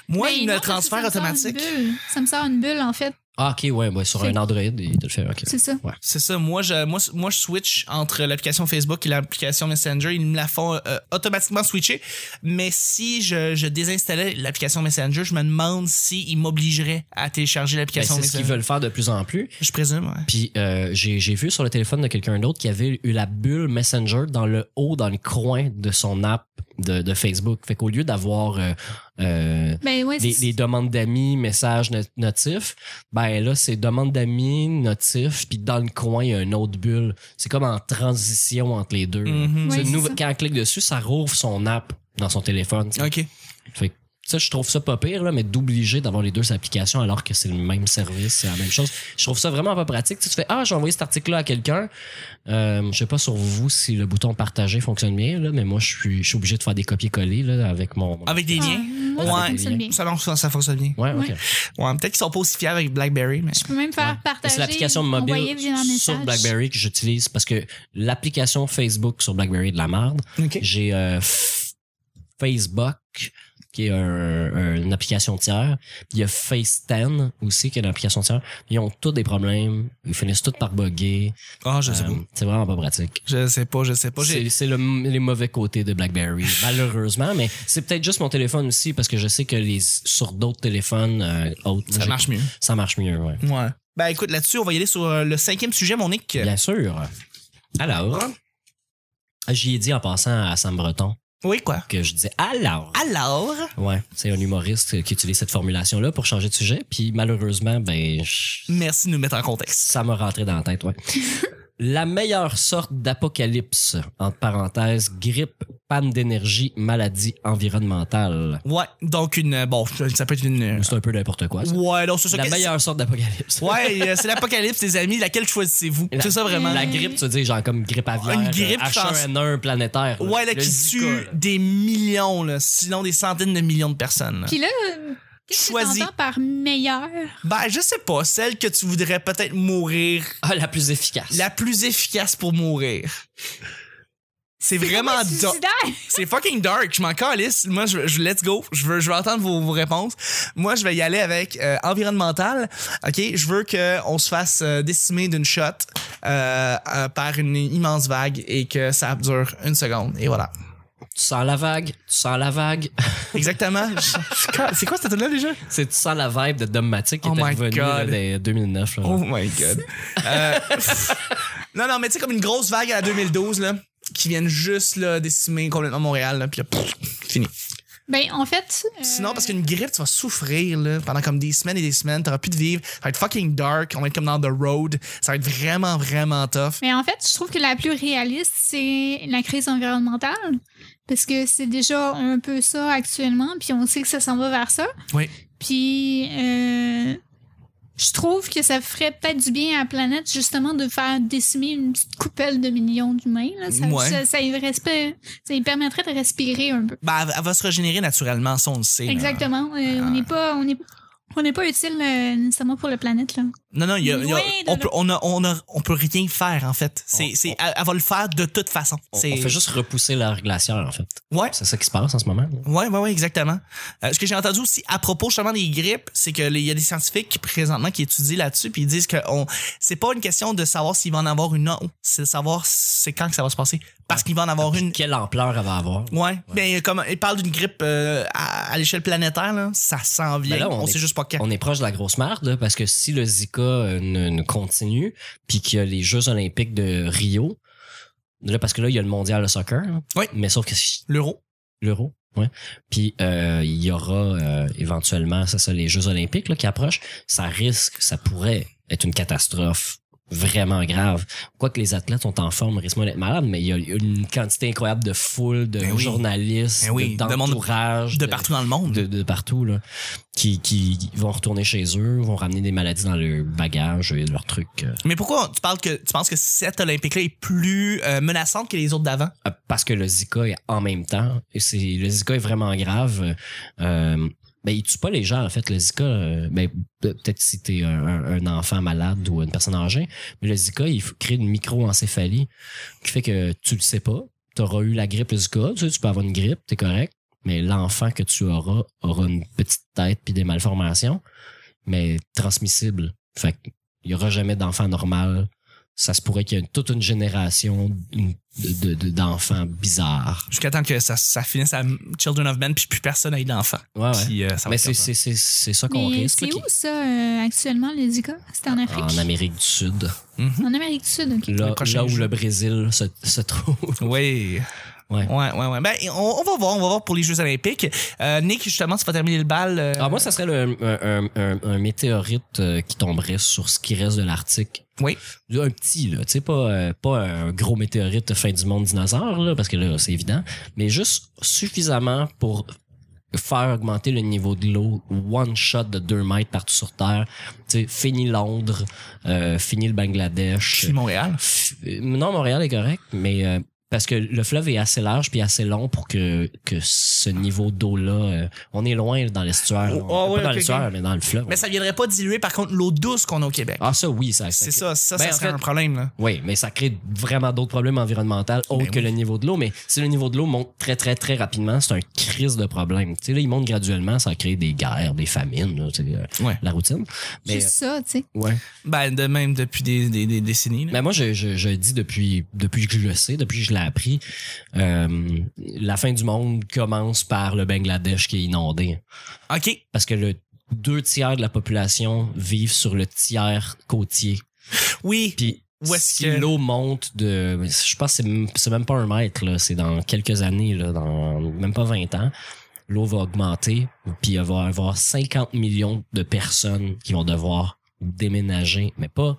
A: Moi,
C: Ben,
A: il
C: non,
A: le
C: parce que ça
A: transfert
C: me sort une
A: automatique.
C: bulle. Ça me sort une bulle, en fait,
B: Ah, ok, ouais, ouais, sur
C: C'est-
B: un Android, il te le fait. ok.
C: c'est ça.
A: C'est ça. Moi, je, moi, moi, je switch entre l'application Facebook et l'application Messenger. Ils me la font euh, automatiquement switcher. Mais si je, je désinstallais l'application Messenger, je me demande s'ils m'obligeraient à télécharger
B: Ben,
A: l'application
B: C'est ce
A: Messenger.
B: qu'ils veulent faire de plus en plus.
A: Je présume, ouais.
B: Puis euh, j'ai j'ai vu sur le téléphone de quelqu'un d'autre qui avait eu la bulle Messenger dans le haut, dans le coin de son app de, de Facebook. Fait qu'au lieu d'avoir euh, euh,
C: Ben ouais,
B: des,
C: c'est-
B: des demandes d'amis, messages, not- notifs, ben là, c'est demandes d'amis, notifs, puis dans le coin, il y a une autre bulle. C'est comme en transition entre les deux.
A: Mhm.
C: Ouais.
B: C'est une
C: c'est
B: nouvelle-
C: ça.
B: quand on clique dessus, ça rouvre son app dans son téléphone.
A: OK.
B: Fait que ça, je trouve ça pas pire, là, mais d'obliger d'avoir les deux applications alors que c'est le même service, c'est la même chose. Je trouve ça vraiment pas pratique. Tu, sais, tu fais Ah, j'ai envoyé cet article-là à quelqu'un. Euh, je sais pas sur vous si le bouton partager fonctionne bien, là, mais moi, je suis, je suis obligé de faire des copier-coller là, avec mon. mon-
A: Avec des
C: Ah,
A: liens.
C: non, Moi, ça
A: Ouais.
C: fonctionne bien.
A: Ça marche, ça, ça fonctionne bien.
B: Ouais, ok.
C: Ouais.
A: Ouais, peut-être qu'ils sont pas aussi fiers avec BlackBerry, mais.
C: Je peux même
A: Ben,
C: faire
B: Mais
C: partager.
B: C'est l'application
C: envoyer
B: mobile
C: via un
B: sur
C: message.
B: BlackBerry que j'utilise parce que l'application Facebook sur BlackBerry est de la merde.
A: OK.
B: J'ai euh, F- Facebook qui est un- un- une application tiers. Il y a FaceTen aussi qui est une application tiers. Ils ont tous des problèmes. Ils finissent tous par bugger.
A: Ah, je sais
B: Euh,
A: pas.
B: c'est vraiment pas pratique.
A: Je sais pas, je sais pas. J'ai-
B: C'est c'est le, les mauvais côtés de BlackBerry, malheureusement, mais c'est peut-être juste mon téléphone aussi parce que je sais que les sur d'autres téléphones euh, autres,
A: Ça
B: j'ai-
A: marche mieux.
B: ça marche mieux, ouais.
A: Ouais. Ben écoute, là-dessus, on va y aller sur euh, le cinquième sujet, mon Nick.
B: Bien sûr. Alors, j'y ai dit en passant à Sam Breton
A: Oui, quoi.
B: que je disais alors.
A: Alors.
B: Ouais, c'est un humoriste qui utilise cette formulation-là pour changer de sujet, puis malheureusement, ben, je-
A: Merci de nous mettre en contexte.
B: ça m'a rentré dans la tête, ouais. La meilleure sorte d'apocalypse, entre parenthèses, grippe, panne d'énergie, maladie environnementale.
A: Ouais, donc une. euh, Bon, ça peut être une. euh,
B: C'est un peu n'importe quoi. ça.
A: Ouais, non, c'est ça.
B: La
A: que-
B: meilleure sorte d'apocalypse.
A: Ouais, euh, c'est l'apocalypse, les amis. Laquelle choisissez-vous?
B: La-
A: C'est ça vraiment.
B: La grippe, tu dis, genre comme grippe aviaire.
A: Une grippe,
B: euh, H1N1 planétaire. là.
A: Ouais, là,
B: Le
A: qui
B: Zika,
A: tue
B: là.
A: des millions, là, sinon des centaines de millions de personnes. là.
C: Puis là, euh, qu'est-ce que
A: Choisis.
C: t'entends par meilleur?
A: Ben, je sais pas, celle que tu voudrais peut-être mourir,
B: Ah, la plus efficace.
A: la plus efficace pour mourir. C'est vraiment
C: Mais
A: dark.
C: suicidaire!
A: C'est fucking dark, je m'en calisse. Moi, je, je- let's go. Je veux, je veux entendre vos, vos réponses. Moi, je vais y aller avec euh, environnemental. OK, je veux qu'on se fasse euh, décimer d'une shot euh, euh, par une immense vague et que ça dure une seconde. Et voilà.
B: Tu sens la vague, tu sens la vague.
A: Exactement. Je- C'est quoi cette tune-là déjà?
B: C'est tu sens la vibe de Dommatic qui
A: Oh
B: était
A: my
B: revenu là,
A: God.
B: dès 2009. là.
A: Oh my god. Euh, non, non, mais tu sais, comme une grosse vague à la 2012, là, qui viennent juste là, décimer complètement Montréal, là, puis là, pff, fini.
C: Ben, en fait. euh,
A: Sinon, parce qu'une grippe, tu vas souffrir là, pendant comme des semaines et des semaines, t'auras plus de vivre, ça va être fucking dark, on va être comme dans The Road, ça va être vraiment, vraiment tough.
C: Mais en fait, je trouve que la plus réaliste, c'est la crise environnementale. Parce que c'est déjà un peu ça actuellement, puis on sait que ça s'en va vers ça.
A: Oui.
C: Puis, euh, je trouve que ça ferait peut-être du bien à la planète, justement, de faire décimer une petite coupelle de millions d'humains. là. Ça,
A: Ouais.
C: ça, ça, y respe- ça y permettrait de respirer un peu.
A: Ben, elle- elle va se régénérer naturellement, ça on le sait. là.
C: Exactement. Euh,
B: ah.
C: on n'est pas. On est, on n'est pas utile euh, nécessairement pour la planète. Là.
A: Non, non, il y a- il y a-
C: Loin de
A: on,
C: là.
A: peut, on, a- on a- on peut rien faire en fait. C'est,
B: On-
A: c'est,
B: on-
A: elle, elle va le faire de toute façon.
B: On,
A: C'est-
B: on fait juste repousser l'heure glaciaire, en fait.
A: Ouais.
B: C'est ça qui se passe en ce moment. là.
A: Ouais, ouais, ouais, exactement. Euh, ce que j'ai entendu aussi à propos justement des grippes, c'est que les- il y a des scientifiques qui, présentement qui étudient là-dessus puis ils disent que on c'est pas une question de savoir s'il va en avoir une ou non, c'est de savoir c'est quand que ça va se passer parce qu'il va en avoir une
B: Quelle ampleur elle va avoir.
A: Ouais. Ben, comme il parle d'une grippe euh, à, à l'échelle planétaire, là, ça s'en vient.
B: Ben là,
A: on
B: on est-
A: sait juste pas quand.
B: On est proche de la grosse merde, là, parce que si le Zika euh, ne, ne continue, puis qu'il y a les Jeux olympiques de Rio, là, parce que là, il y a le mondial de soccer. hein.
A: Oui.
B: Mais sauf que si-
A: L'euro.
B: l'euro. Ouais. Puis euh, il y aura euh, éventuellement, c'est ça, les Jeux Olympiques là, qui approchent. Ça risque, ça pourrait être une catastrophe vraiment grave. Quoique les athlètes sont en forme, risquent moins d'être malades, mais il y a une quantité incroyable de foule, de
A: Ben oui.
B: journalistes,
A: Ben oui,
B: de-
A: de monde
B: d'entourage,
A: De partout dans le monde.
B: de, de partout là, qui, qui vont retourner chez eux, vont ramener des maladies dans leur bagage et leurs trucs. euh,
A: Mais pourquoi tu parles que tu penses que cette Olympique-là est plus euh, menaçante que les autres d'avant?
B: Euh, parce que le Zika est en même temps. Et c'est le Zika est vraiment grave. Euh, ben, il tue pas les gens, en fait, le Zika. euh, ben, pe- peut-être si t'es un, un- un enfant malade ou une personne âgée, mais le Zika, il f- crée une micro-encéphalie qui fait que tu le sais pas. T'auras eu la grippe, le Zika. Tu, sais, tu peux avoir une grippe, t'es correct. Mais l'enfant que tu auras aura une petite tête puis des malformations, mais transmissible. Fait qu'il y aura jamais d'enfant normal ça se pourrait qu'il y ait toute une génération d- de- de- d'enfants bizarres.
A: Jusqu'à temps que ça, ça finisse à Children of Men puis plus personne ait d'enfants.
B: Ah Ouais, ouais.
A: Puis, euh, ça va
B: Mais
A: être comme
B: ben, c'est-
A: ça.
B: c'est c'est- c'est ça qu'on
C: Mais
B: risque. là,
C: c'est
B: qui- Ah,
C: où ça euh, actuellement, les Zika? C'est en Afrique?
B: En Amérique du Sud,
C: En Amérique du Sud, OK.
B: là,
A: Les prochains
B: là où
A: jours.
B: le Brésil se, se
A: Euh.
B: trouve.
A: Oui.
B: Ouais.
A: Ouais, ouais, ouais. Ben, on, on va voir, on va voir pour les Jeux Olympiques. Euh, Nick, justement, tu vas terminer le bal. euh,
B: Ah, moi, ça serait le- un, un- un- un météorite euh, qui tomberait sur ce qui reste de l'Arctique.
A: Oui.
B: Un petit, là. Tu sais, pas, euh, pas un gros météorite de fin du monde dinosaure, là, parce que là, c'est évident. Mais juste suffisamment pour faire augmenter le niveau de l'eau, one shot de 2 mètres partout sur Terre. Tu sais, fini Londres, euh, fini le Bangladesh.
A: puis Montréal.
B: F- euh, Non, Montréal est correct, mais euh, parce que le fleuve est assez large puis assez long pour que, que ce niveau d'eau-là, euh, on est loin dans l'estuaire. là.
A: Oh,
B: On-
A: oh,
B: pas
A: ouais,
B: dans
A: ok,
B: l'estuaire,
A: ok.
B: mais dans le fleuve.
A: Mais ça viendrait pas diluer, par contre, l'eau douce qu'on a au Québec.
B: Ah, ça, oui, ça.
A: c'est ça, ça,
B: Ben,
A: ça
B: en
A: serait
B: fait-
A: un problème. Là.
B: Oui, mais ça crée vraiment d'autres problèmes environnementaux autres
A: Ben
B: que
A: oui.
B: le niveau de l'eau. Mais si le niveau de l'eau monte très, très, très rapidement, c'est un crise de problème. Tu sais, là, il monte graduellement, ça crée des guerres, des famines, là, tu sais, euh,
A: Ouais.
B: la routine. Mais, euh,
C: Juste ça, tu sais.
B: ouais.
A: Ben, de même depuis des, des- des décennies. là.
B: Mais Ben, moi, je, je, je dis depuis, depuis que je le sais, depuis que je l'ai appris, euh, la fin du monde commence par le Bangladesh qui est inondé. Ben,
A: OK.
B: Parce que le deux tiers de la population vivent sur le tiers côtier.
A: Oui.
B: Puis
A: Où est-ce
B: si
A: que-
B: l'eau monte de, je pense que c'est m- c'est même pas un mètre, là, c'est dans quelques années, là, dans même pas 20 ans, l'eau va augmenter, puis il va y avoir 50 millions de personnes qui vont devoir déménager, mais pas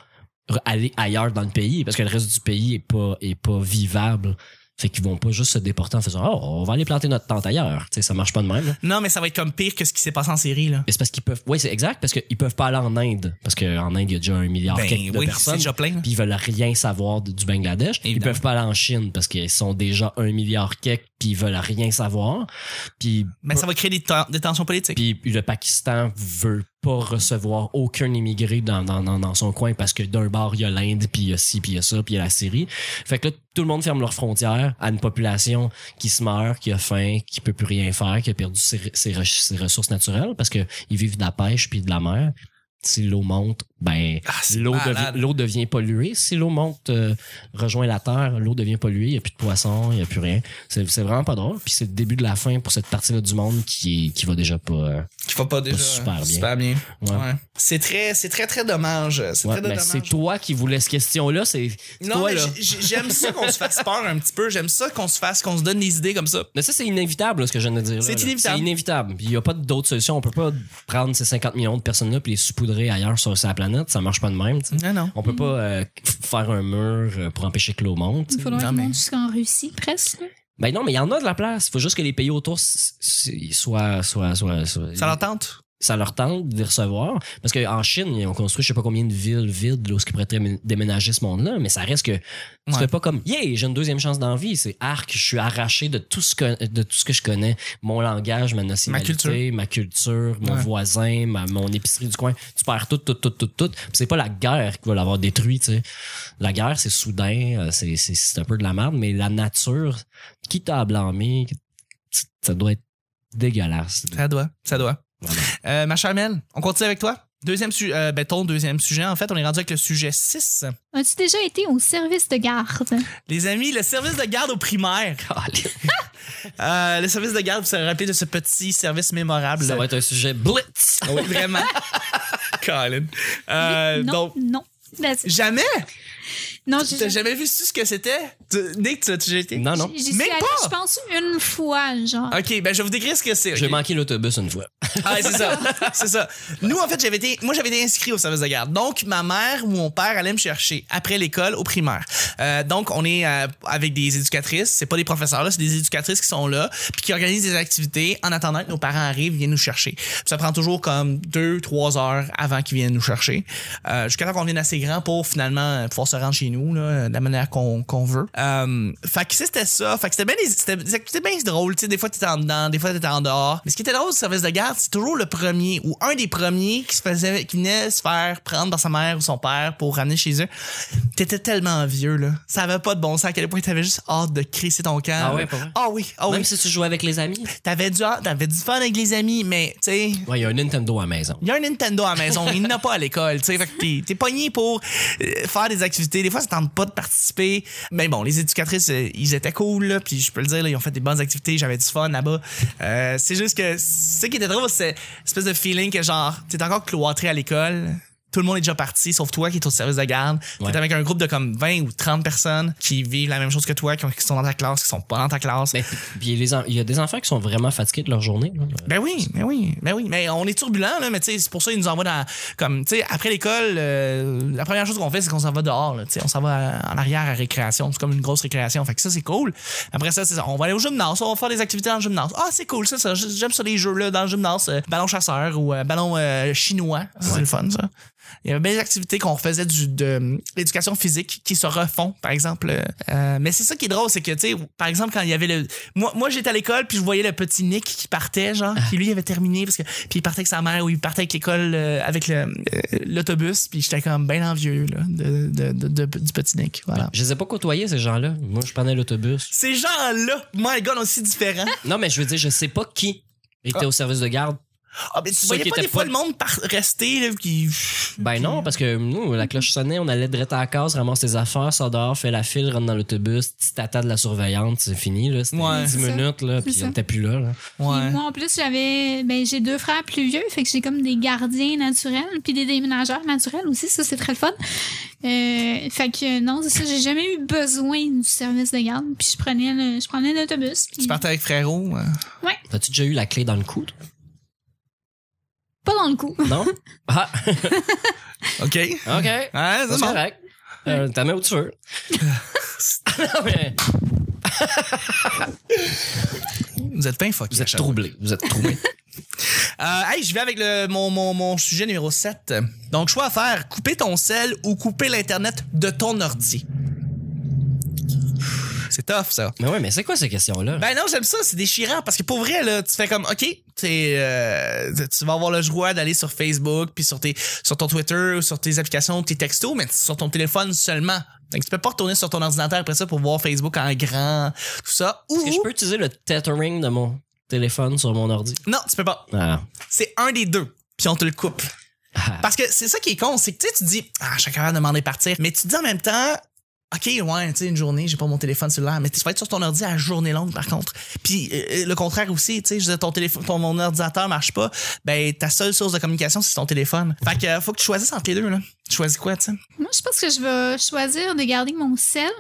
B: re- aller ailleurs dans le pays, parce que le reste du pays est pas, est pas vivable. Fait qu'ils vont pas juste se déporter en faisant Oh, on va aller planter notre tente ailleurs. Tu sais, ça marche pas de même. là.
A: Non, mais ça va être comme pire que ce qui s'est passé en série. Là.
B: Mais c'est parce qu'ils peuvent. Oui, c'est exact, parce qu'ils peuvent pas aller en Inde. Parce qu'en Inde, il y a déjà un milliard
A: Ben
B: quelques de
A: oui, c'est
B: personnes
A: déjà plein. là.
B: puis ils veulent rien savoir de- du Bangladesh.
A: Évidemment.
B: Ils peuvent pas aller en Chine parce qu'ils sont déjà un milliard quelques, puis ils veulent rien savoir. Puis,
A: Mais ça va créer des, ten- des tensions politiques.
B: puis le Pakistan veut pas recevoir aucun immigré dans, dans, dans, dans son coin parce que d'un bord, il y a l'Inde, puis il y a ci, puis il y a ça, puis il y a la Syrie. Fait que là, tout le monde ferme leurs frontières à une population qui se meurt, qui a faim, qui peut plus rien faire, qui a perdu ses, re- ses re- ses ressources naturelles parce que ils vivent de la pêche puis de la mer. Si l'eau monte, ben,
A: Ah, c'est
B: L'eau
A: malade.
B: devi- l'eau devient polluée. Si l'eau monte, euh, rejoint la terre, l'eau devient polluée. Il n'y a plus de poissons, il n'y a plus rien. C'est c'est vraiment pas drôle. Puis c'est le début de la fin pour cette partie-là du monde qui, est- qui va déjà pas. euh,
A: qui va pas déjà
B: super bien.
A: super bien.
B: Ouais.
A: Ouais. C'est très, c'est très, très dommage. C'est
B: ouais,
A: très
B: ben,
A: dommage.
B: c'est toi qui voulais cette question-là. C'est c'est
A: Non,
B: toi,
A: mais
B: là.
A: j'ai- j'ai- j'aime ça qu'on se fasse peur un petit peu. J'aime ça qu'on se fasse, qu'on se donne des idées comme ça.
B: Mais ça, c'est inévitable, là, ce que je viens de dire. là,
A: C'est
B: là.
A: inévitable.
B: C'est inévitable. Puis Il n'y a pas d'autre solution. On peut pas prendre ces 50 millions de personnes-là et les saupoudrer ailleurs sur sur la planète. Ça marche pas de même. tu sais.
A: Non, non.
B: On peut pas euh, f- faire un mur euh, pour empêcher que l'eau monte.
C: Il faudrait
A: Non,
C: qu'ils
A: mais-
C: montent jusqu'en Russie, presque. là.
B: Ben non, mais il y en a de la place. Il faut juste que les pays autour s- s- soient, soient, soient, soient-
A: Ça l'entente?
B: ça leur tente de les recevoir. Parce qu'en Chine, ils ont construit je sais pas combien de villes vides là, où ce qui pourrait tré- déménager ce monde-là, mais ça reste que
A: Ouais.
B: c'est pas comme Yeah, j'ai une deuxième chance dans la vie. C'est arc, je suis arraché de tout ce que de tout ce que je connais, mon langage, ma nationalité, ma culture, mon
A: Ouais.
B: voisin, ma- mon épicerie du coin. Tu perds tout, tout, tout, tout, tout. Puis c'est pas la guerre qui va l'avoir détruit, tu sais. La guerre, c'est soudain, euh, c'est, c'est, c'est un peu de la merde, mais la nature, qui t'a à blâmer, ça doit être dégueulasse.
A: Ça doit, ça doit.
B: Vraiment.
A: Euh, ma chère Mel, on continue avec toi. Deuxième sujet, ben ton deuxième sujet. En fait, on est rendu avec le sujet 6.
C: As-tu déjà été au service de garde?
A: Les amis, le service de garde au primaire. Euh, le service de garde, vous serez rappelé de ce petit service mémorable.
B: Ça va être un sujet blitz.
A: Oui, vraiment. Colin. Euh,
C: non,
A: donc,
C: non. That's-
A: jamais?
C: Non,
A: Tu
C: j'ai
A: T'as jamais vu ce que c'était? Tu- Nick, tu as déjà été?
B: Non, non.
C: J'y j'y suis
A: Même
C: allée,
A: pas!
C: je pense, une fois, genre.
A: OK, ben je vais vous décrire ce que c'est.
B: J'ai
A: ok?
B: manqué l'autobus une fois.
A: Ah, c'est ça. C'est ça. Nous, en fait, j'avais été, moi, j'avais été inscrit au service de garde. Donc, ma mère ou mon père allait me chercher après l'école au primaire. Euh, donc, on est euh, avec des éducatrices. C'est pas des professeurs, là, c'est des éducatrices qui sont là, puis qui organisent des activités en attendant que nos parents arrivent, viennent nous chercher. Puis ça prend toujours comme deux, trois heures avant qu'ils viennent nous chercher. Euh, jusqu'à temps qu'on vienne assez grand pour finalement euh, pouvoir se rendre chez nous, là, de la manière qu'on, qu'on veut. Euh, fait que c'était ça. Fait que c'était bien, des- c'était, des activités bien drôle. Tu sais, des fois, t'étais en dedans, des fois, t'étais en dehors. Mais ce qui était drôle du service de garde, c'est toujours le premier ou un des premiers qui se faisait, qui venait se faire prendre par sa mère ou son père pour ramener chez eux. T'étais tellement vieux, là. Ça avait pas de bon sens à quel point t'avais juste hâte de crisser ton camp.
B: Ah ouais, pas vrai?
A: Ah oui, ah oui.
B: Même si tu jouais avec les amis.
A: T'avais du, hâte, t'avais du fun avec les amis, mais, tu sais,
B: Ouais, il y a un Nintendo à la maison.
A: il y a un Nintendo à la maison, il n'a pas à l'école, tu sais. Fait que t'es- t'es pogné pour euh, faire des activités. Des fois, ça tente pas de participer. Mais bon, les éducatrices, euh, ils étaient cool, là, puis je peux le dire, là, ils ont fait des bonnes activités, j'avais du fun là-bas. Euh, c'est juste que ce qui était drôle, c'est espèce de feeling que genre, t'es encore cloîtré à l'école. Tout le monde est déjà parti, sauf toi qui es au service de garde.
B: Ouais.
A: T'es avec un groupe de comme 20 ou 30 personnes qui vivent la même chose que toi, qui ont- qui sont dans ta classe, qui sont pas dans ta classe.
B: Mais Ben, puis les en- il y a des enfants qui sont vraiment fatigués de leur journée. là.
A: Ben oui, ben oui, ben oui. Mais on est turbulent, là, mais tu sais, c'est pour ça qu'ils nous envoient dans. Comme, tu sais, après l'école, euh, la première chose qu'on fait, c'est qu'on s'en va dehors, là, tu sais, on s'en va à- en arrière à récréation. C'est comme une grosse récréation. Fait que ça, c'est cool. Après ça, c'est ça. On va aller au gymnase, on va faire des activités dans le gymnase. Ah, c'est cool, ça, ça. J'aime ça, les jeux, là, dans le gymnase. euh, ballon chasseur ou euh, ballon euh, chinois. Ça, C'est le fun, ça. Il y avait des activités qu'on faisait du, de l'éducation physique qui se refont, par exemple. Euh, mais c'est ça qui est drôle, c'est que, tu sais, par exemple, quand il y avait le. Moi, moi j'étais à l'école, puis je voyais le petit Nick qui partait,
B: Ah.
A: genre, qui lui avait terminé, parce que. Puis il partait avec sa mère, ou il partait avec l'école, euh, avec le, euh, l'autobus, puis j'étais comme bien envieux, là, de, de- de- de- du petit Nick. Voilà.
B: Je les ai pas côtoyés, ces gens-là. Moi, je prenais l'autobus.
A: Ces gens-là, my god, aussi différents.
B: Non, mais je veux dire, je sais pas qui était au service de garde.
A: Ah, mais tu
B: Ceux
A: voyais
B: qui
A: pas des
B: étaient
A: fois
B: pas-
A: le monde par- rester, là, qui.
B: Ben non, parce que nous, la cloche sonnait, on allait direct à la case, ramasse tes affaires, sort dehors, fait la file, rentre dans l'autobus, petit tata de la surveillante, c'est fini, là. C'était
A: Ouais.
B: 10
C: C'est ça.
B: minutes, là, puis
C: ça.
B: on était plus là, là.
C: Puis moi, en plus, j'avais, ben, j'ai deux frères plus vieux, fait que j'ai comme des gardiens naturels, puis des déménageurs naturels aussi, ça, c'est très le fun. Euh, fait que euh, non, c'est ça, j'ai jamais eu besoin du service de garde, puis je prenais le, je prenais l'autobus. puis-
A: Tu partais avec frérot. hein.
B: T'as-tu déjà eu la clé dans le coude?
C: Pas dans le coup.
B: Non? Ah,
A: OK.
B: OK.
A: Ouais,
B: C'est
A: c'est bon.
B: correct. Euh, T'as mis où tu veux. non, mais
A: Vous êtes pas infoqués.
B: vous êtes troublés. Vous êtes troublés.
A: Euh, hey, je vais avec le, mon, mon, mon sujet numéro 7. Donc, choix à faire, couper ton sel ou couper l'Internet de ton ordi. C'est tough, ça.
B: mais ouais, mais c'est quoi ces questions-là?
A: Ben non, j'aime ça, c'est déchirant parce que pour vrai, là, tu fais comme, OK, t'es, euh, tu vas avoir le droit d'aller sur Facebook, puis sur, tes, sur ton Twitter, ou sur tes applications, tes textos, mais sur ton téléphone seulement. Donc, tu peux pas retourner sur ton ordinateur après ça pour voir Facebook en grand, tout ça. Ou,
B: Est-ce que je peux utiliser le tethering de mon téléphone sur mon ordi?
A: non, tu peux pas.
B: Ah.
A: C'est un des deux, puis on te le coupe.
B: Ah.
A: Parce que c'est ça qui est con, c'est que tu sais, tu dis, ah, chaque heure demander de partir, mais tu te dis en même temps, OK, ouais, tu sais, une journée, j'ai pas mon téléphone cellulaire, mais tu vas être sur ton ordi à journée longue, par contre. Puis euh, le contraire aussi, tu sais, je veux dire, ton téléphone, ton mon ordinateur marche pas, ben ta seule source de communication, c'est ton téléphone. Fait que euh, faut que tu choisisses entre les deux, là. Tu choisis quoi, tu sais?
C: Moi, je pense que je vais choisir de garder mon sel,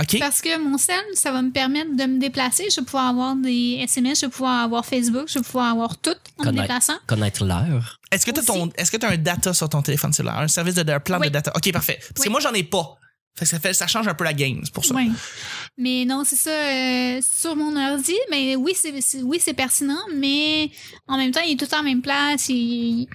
A: OK?
C: parce que mon sel, ça va me permettre de me déplacer. Je vais pouvoir avoir des SMS, je vais pouvoir avoir Facebook, je vais pouvoir avoir tout en me
B: Connect.
C: déplaçant.
B: Connaître l'heure.
A: Est-ce que t'as ton, est-ce que t'as un data sur ton téléphone cellulaire? Un service de, un plan
C: Oui.
A: de data? OK, parfait. Parce que
C: Oui.
A: moi, j'en ai pas. Fait que ça fait, ça change un peu la game, c'est pour ça.
C: Ouais. Mais non, c'est ça. euh, sur mon ordi, mais oui, c'est c'est- oui, c'est pertinent, mais en même temps, il est tout en même place. il-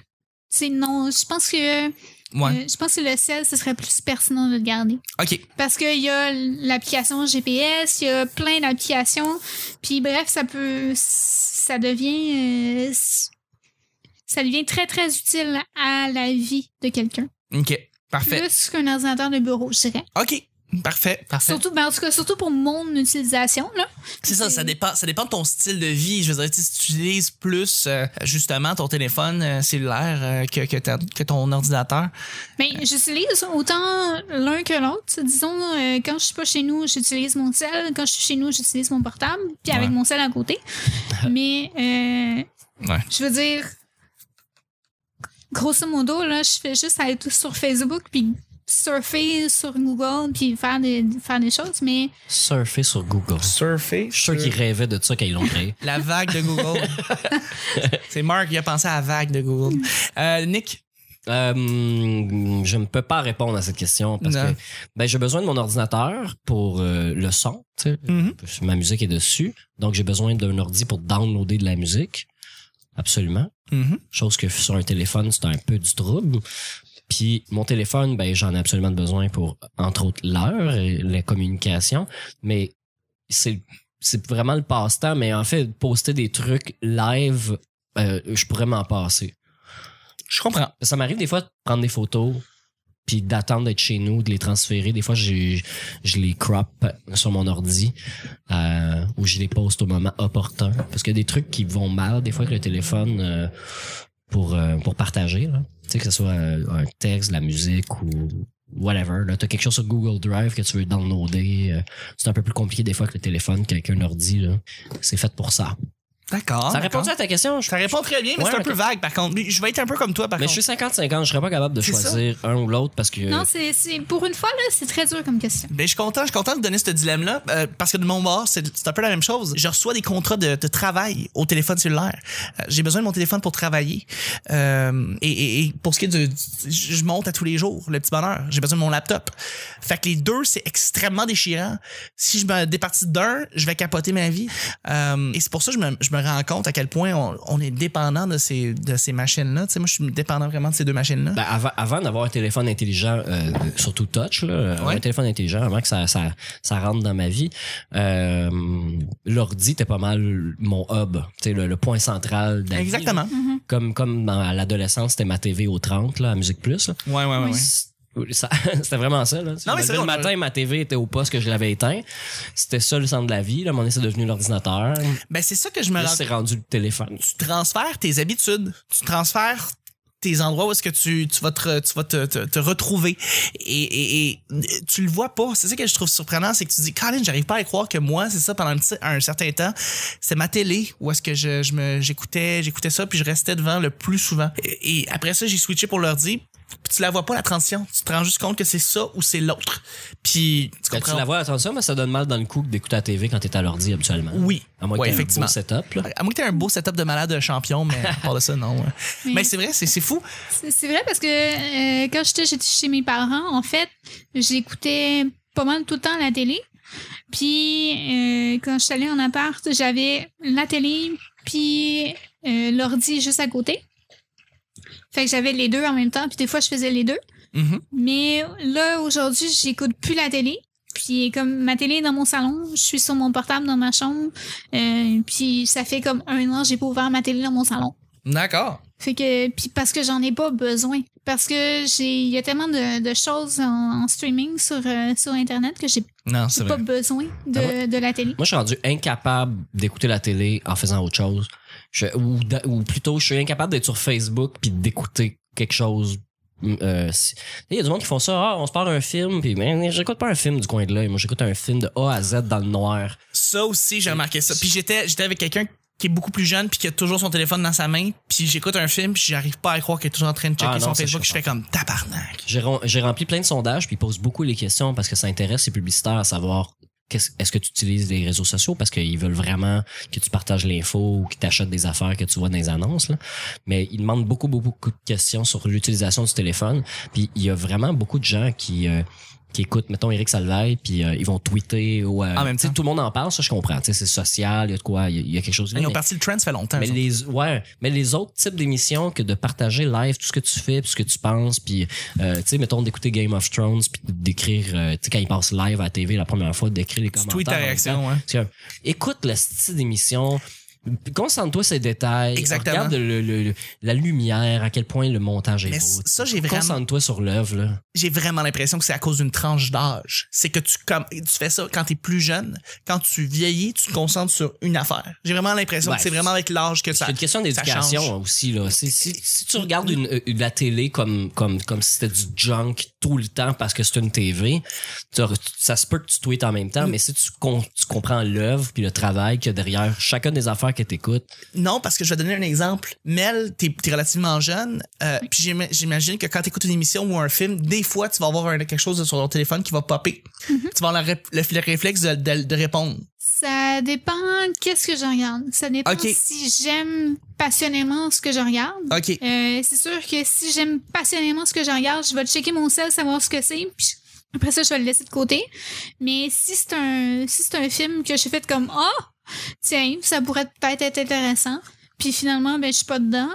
C: c'est non, je pense que
A: Ouais.
C: euh, je pense que le sel, ce serait plus pertinent de le garder.
A: OK.
C: Parce qu'il y a l'application GPS, il y a plein d'applications. Puis bref, ça peut. Ça devient. euh, s- ça devient très, très utile à la vie de quelqu'un.
A: OK. Parfait.
C: Plus qu'un ordinateur de bureau, je dirais.
A: OK. Parfait. Parfait.
C: Surtout, ben, en tout cas, surtout pour mon utilisation, là.
A: C'est ça,
C: C'est-
A: ça dépend, ça dépend de ton style de vie. Je veux dire, tu sais, si tu utilises plus euh, justement ton téléphone euh, cellulaire euh, que, que, ta- que ton ordinateur.
C: Mais j'utilise autant l'un que l'autre. Disons, euh, quand je suis pas chez nous, j'utilise mon sel. Quand je suis chez nous, j'utilise mon portable, puis avec
A: Ouais.
C: mon sel à côté. Mais euh,
A: Ouais.
C: je veux dire, grosso modo, là, je fais juste aller tout sur Facebook, puis surfer sur Google, puis faire des, faire des choses. Mais
B: Surfer sur Google.
A: Surfer.
B: Je suis sûr qu'ils rêvaient de ça quand ils l'ont créé.
A: La vague de Google. C'est Mark qui a pensé à la vague de Google. Euh, Nick,
B: Euh, je ne peux pas répondre à cette question parce
A: Non.
B: que ben, j'ai besoin de mon ordinateur pour euh, le son. tu sais.
A: Mhm.
B: Ma musique est dessus. Donc, j'ai besoin d'un ordi pour downloader de la musique. Absolument.
A: Mhm.
B: Chose que sur un téléphone, c'est un peu du trouble. Puis mon téléphone, ben, j'en ai absolument besoin pour, entre autres, l'heure et la communication. Mais c'est, c'est vraiment le passe-temps. Mais en fait, poster des trucs live, euh, je pourrais m'en passer.
A: je comprends.
B: Ça m'arrive des fois de prendre des photos puis d'attendre d'être chez nous, de les transférer. Des fois, j'ai- je les crop sur mon ordi euh, ou je les poste au moment opportun. Parce qu'il y a des trucs qui vont mal des fois avec le téléphone euh, pour, euh, pour partager. là. Tu sais, que ce soit euh, un texte, de la musique ou whatever. Tu as quelque chose sur Google Drive que tu veux downloader. euh, c'est un peu plus compliqué des fois que le téléphone qu'avec un ordi. là. C'est fait pour ça.
A: D'accord.
B: ça
A: Ah, d'accord.
B: répond à ta question? Je
A: Ça répond très bien, mais
B: Ouais,
A: c'est un
B: ok.
A: peu vague par contre. Je vais être un peu comme toi par
B: mais je
A: contre.
B: suis 50-50, je serais pas capable de
A: C'est ça.
B: choisir un ou l'autre parce que...
C: non, c'est c'est- pour une fois, là, c'est très dur comme question.
A: Ben, je suis content, je suis content de donner ce dilemme-là, euh, parce que de mon bord, c'est c'est un peu la même chose. Je reçois des contrats de, de travail au téléphone cellulaire. Euh, J'ai besoin de mon téléphone pour travailler. Euh, et, et- et pour ce qui est du, du- je monte à tous les jours, le petit bonheur. J'ai besoin de mon laptop. Fait que les deux, c'est extrêmement déchirant. Si je me départis d'un, je vais capoter ma vie. Euh, et c'est pour ça que je me, je je me rends compte à quel point on, on est dépendant de ces, de ces machines-là. Tu sais, moi, je suis dépendant vraiment de ces deux machines-là.
B: Ben, avant, avant d'avoir un téléphone intelligent, euh, surtout touch, là, euh,
A: Ouais.
B: un téléphone intelligent, avant que ça, ça, ça rentre dans ma vie, euh, l'ordi était pas mal mon hub, tu sais, le, le point central de
A: ben,
B: la vie,
A: Exactement.
B: là. Comme, comme dans- à l'adolescence, c'était ma TV au 30, là, à Musique Plus. là.
A: Ouais, ouais, ouais. ouais.
B: Ça- C'était vraiment ça.
A: Non,
B: Là.
A: mais
B: Je
A: c'est
B: me levais
A: vrai,
B: le
A: on a-
B: matin, ma TV était au poste que je l'avais éteint. C'était ça le centre de la vie. Là, à un moment donné, c'est devenu l'ordinateur.
A: Ben, c'est ça que je me
B: Là,
A: rends
B: c'est rendu le téléphone.
A: tu transfères tes habitudes, tu transfères tes endroits où est-ce que tu, tu vas, te, re- tu vas te, te- te retrouver. Et, et- et tu le vois pas. C'est ça que je trouve surprenant, c'est que tu dis, Colin, j'arrive pas à croire que moi, c'est ça, pendant un, petit- un certain temps, c'est ma télé où est-ce que je, je me, j'écoutais, j'écoutais ça, puis je restais devant le plus souvent. Et, et après ça, j'ai switché pour l'ordi. Puis tu la vois pas, la transition. Tu te rends juste compte que c'est ça ou c'est l'autre. Puis tu
B: Ben, tu
A: comprends.
B: la vois, attention, mais ça donne mal dans le coup que d'écouter la TV quand t'es à l'ordi habituellement.
A: Oui.
B: À moins
A: Ouais,
B: que t'aies un
A: effectivement.
B: beau setup. Là.
A: À moins que t'aies un beau setup de malade champion, mais à part de ça, non. ouais.
C: Mais-
A: Mais c'est vrai, c'est c'est fou.
C: C'est c'est vrai parce que euh, quand j'étais j'étais chez mes parents, en fait, j'écoutais pas mal tout le temps la télé. Puis euh, quand je suis allée en appart, j'avais la télé puis euh, l'ordi juste à côté. Fait que j'avais les deux en même temps. Puis des fois, je faisais les deux.
A: Mhm.
C: Mais là, aujourd'hui, j'écoute plus la télé. Puis comme ma télé est dans mon salon, je suis sur mon portable dans ma chambre. Euh, puis ça fait comme un an, j'ai pas ouvert ma télé dans mon salon.
A: D'accord.
C: Fait que, puis parce que j'en ai pas besoin. Parce que j'ai, il y a tellement de, de choses en, en streaming sur, euh, sur Internet que j'ai
A: Non,
C: j'ai pas besoin de,
B: Ah
C: de la télé.
B: Moi, je suis rendu incapable d'écouter la télé en faisant autre chose. Je- ou, d'a- ou plutôt, je suis incapable d'être sur Facebook puis d'écouter quelque chose. Mm, euh, si- Il y a du monde qui font ça. Ah, on se parle d'un film, puis mais j'écoute pas un film du coin de l'œil. Moi, j'écoute un film de A à Z dans le noir.
A: Ça aussi, j'ai remarqué ça. Puis j'étais, j'étais avec quelqu'un qui est beaucoup plus jeune puis qui a toujours son téléphone dans sa main puis j'écoute un film puis j'arrive pas à croire qu'il est toujours en train de checker
B: Ah non,
A: son
B: ça, je
A: Facebook je fais comme tabarnak
B: J'ai ren- j'ai rempli plein de sondages, puis ils posent beaucoup les questions parce que ça intéresse les publicitaires à savoir qu'est-ce- est-ce que tu utilises les réseaux sociaux parce qu'ils veulent vraiment que tu partages l'info ou qu'ils t'achètent des affaires que tu vois dans les annonces. Là. Mais ils demandent beaucoup, beaucoup, beaucoup de questions sur l'utilisation du téléphone. Puis il y a vraiment beaucoup de gens qui... euh, qui écoutent, mettons, Eric Salveille, puis euh, ils vont tweeter. Ou, euh,
A: En même
B: tu sais,
A: temps.
B: Tout le monde en parle, ça, je comprends. Tu sais, C'est social, il y a de quoi, il y a- il y, a quelque chose. là,
A: ils ont
B: mais-
A: parti le trend ça fait longtemps
B: mais
A: ça.
B: les, ouais, mais les autres types d'émissions que de partager live tout ce que tu fais, puis ce que tu penses, puis euh, tu sais, mettons d'écouter Game of Thrones, puis d'écrire, euh, tu sais, quand ils passent live à la TV la première fois, d'écrire les
A: tu
B: commentaires.
A: tweets ta
B: en même temps.
A: réaction hein. ouais.
B: C'est un- écoute le style d'émission. Concentre-toi ces détails.
A: Exactement.
B: Regarde le- le- le- la lumière, à quel point le montage est
A: Mais
B: beau.
A: ça, j'ai vraiment-
B: Concentre-toi sur l'œuvre. là.
A: j'ai vraiment l'impression que c'est à cause d'une tranche d'âge c'est que tu comme tu fais ça quand t'es plus jeune quand tu vieillis tu te concentres sur une affaire j'ai vraiment l'impression
B: Ouais.
A: que c'est vraiment avec l'âge que ça
B: C'est une question
A: ça change.
B: d'éducation aussi. Là. Si, si- si tu regardes une, euh, la télé comme, comme, comme si c'était du junk tout le temps parce que c'est une TV, tu auras- ça se peut que tu tweets en même
A: Mm.
B: temps, mais si tu, com- tu comprends l'œuvre puis le travail qu'il y a derrière chacune des affaires que tu écoutes,
A: Non, parce que je vais donner un exemple. Mel, t'es es relativement jeune, euh, puis j'im- j'imagine que quand t'écoutes une émission ou un film, des fois, tu vas avoir un- quelque chose sur ton téléphone qui va popper.
C: Mm-hmm.
A: Tu vas avoir la ré- le, le réflexe de, de- de répondre.
C: Ça dépend qu'est-ce que je regarde. Ça dépend
A: Ok.
C: si j'aime passionnément ce que je regarde.
A: OK.
C: Euh, c'est sûr que si j'aime passionnément ce que je regarde, je vais checker mon sel, savoir ce que c'est. Puis après ça, je vais le laisser de côté. Mais si c'est un, si c'est un film que j'ai fait comme oh, tiens, ça pourrait peut-être être intéressant. Puis finalement, ben, je suis pas dedans.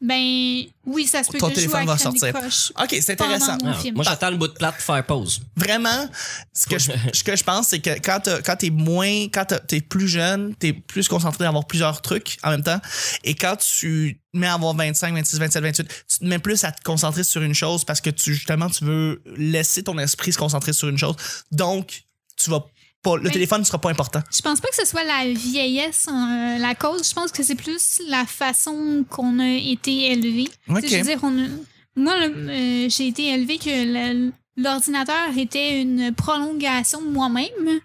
C: Ben oui, ça se peut
A: Ton
C: que je joue
A: téléphone
C: à
A: va
C: Candy
A: sortir.
C: Crush.
A: OK, c'est intéressant.
C: Mon film.
B: ah, moi j'attends le bout de plate pour faire pause.
A: Vraiment, ce que je, ce que je pense, c'est que quand t'as- quand t'es moins, quand t'as- t'es plus jeune, t'es plus concentré d'avoir plusieurs trucs en même temps. Et quand tu te mets à avoir 25, 26, 27, 28, tu te mets plus à te concentrer sur une chose parce que tu, justement, tu veux laisser ton esprit se concentrer sur une chose. Donc, tu vas pas, le
C: Mais-
A: téléphone ne sera pas important.
C: Je pense pas que ce soit la vieillesse euh, la cause. Je pense que c'est plus la façon qu'on a été élevé. Tu sais, Je veux dire, on a- moi, là, euh, j'ai été élevée que la- l'ordinateur était une prolongation de moi-même.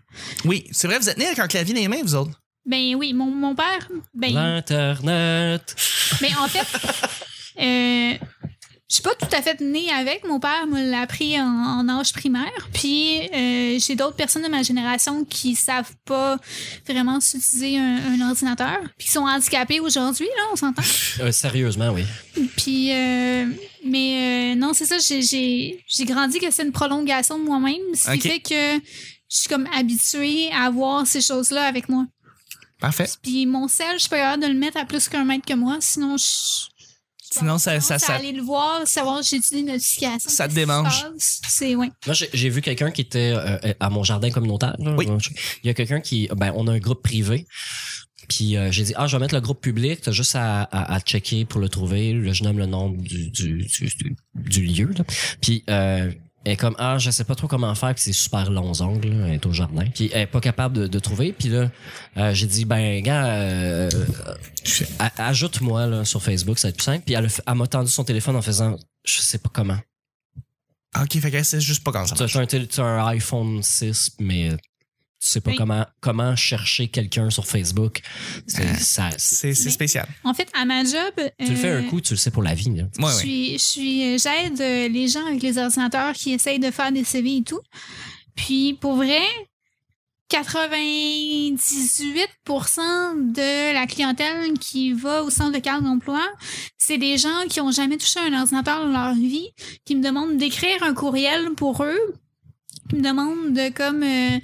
A: Oui, c'est vrai, vous êtes nés avec un clavier dans les mains, vous autres.
C: Ben oui, mon, mon père, ben,
B: L'Internet.
C: mais en fait, euh, je suis pas tout à fait née avec. Mon père me l'a appris en, en âge primaire. Puis euh, j'ai d'autres personnes de ma génération qui savent pas vraiment s'utiliser un, un ordinateur, puis qui sont handicapés aujourd'hui, là, on s'entend.
B: Euh, sérieusement, oui.
C: Puis, euh, mais euh, non, c'est ça, j'ai- j'ai j'ai grandi que c'est une prolongation de moi-même, ce qui
A: Ok.
C: fait que je suis comme habituée à voir ces choses-là avec moi.
A: Parfait.
C: Puis mon sel, je suis pas capable de le mettre à plus qu'un mètre que moi, sinon je.
A: Sinon, ça- ça- ça-
C: aller le voir, savoir j'ai des notifications.
A: Ça te
C: qu'est-ce qui se
A: démange.
C: passe. C'est, ouais.
B: Moi, j'ai- j'ai vu quelqu'un qui était euh, à mon jardin communautaire. là.
A: Oui.
B: Il y a quelqu'un qui. Ben, on a un groupe privé. Puis euh, j'ai dit, ah, je vais mettre le groupe public, t'as juste à, à, à checker pour le trouver. Là, je nomme le nom du, du, du, du- du lieu. Là. Puis euh, elle est comme, ah, je sais pas trop comment faire, puis c'est super long ongles, là. elle est au jardin. Puis elle est pas capable de, de trouver. Puis là, euh, j'ai dit, ben, gars, euh, euh, a- ajoute-moi là, sur Facebook, ça va être plus simple. Puis elle, a fait- elle m'a tendu son téléphone en faisant, je sais pas comment.
A: OK, fait que c'est juste pas comme ça.
B: Tu as, un tél- t'as un iPhone 6, mais tu sais pas
C: Oui.
B: comment, comment chercher quelqu'un sur Facebook. C'est-
A: Ah.
B: ça- c'est-
A: C'est c'est
C: Mais-
A: spécial.
C: En fait, à ma job.
B: tu le fais
C: euh,
B: un coup, tu le sais pour la vie. là.
A: Ouais,
C: je
A: ouais.
C: suis, je suis, j'aide euh, les gens avec les ordinateurs qui essayent de faire des CV et tout. Puis pour vrai, 98% de la clientèle qui va au centre de carte d'emploi, c'est des gens qui ont jamais touché un ordinateur dans leur vie, qui me demandent d'écrire un courriel pour eux, qui me demandent de comme euh,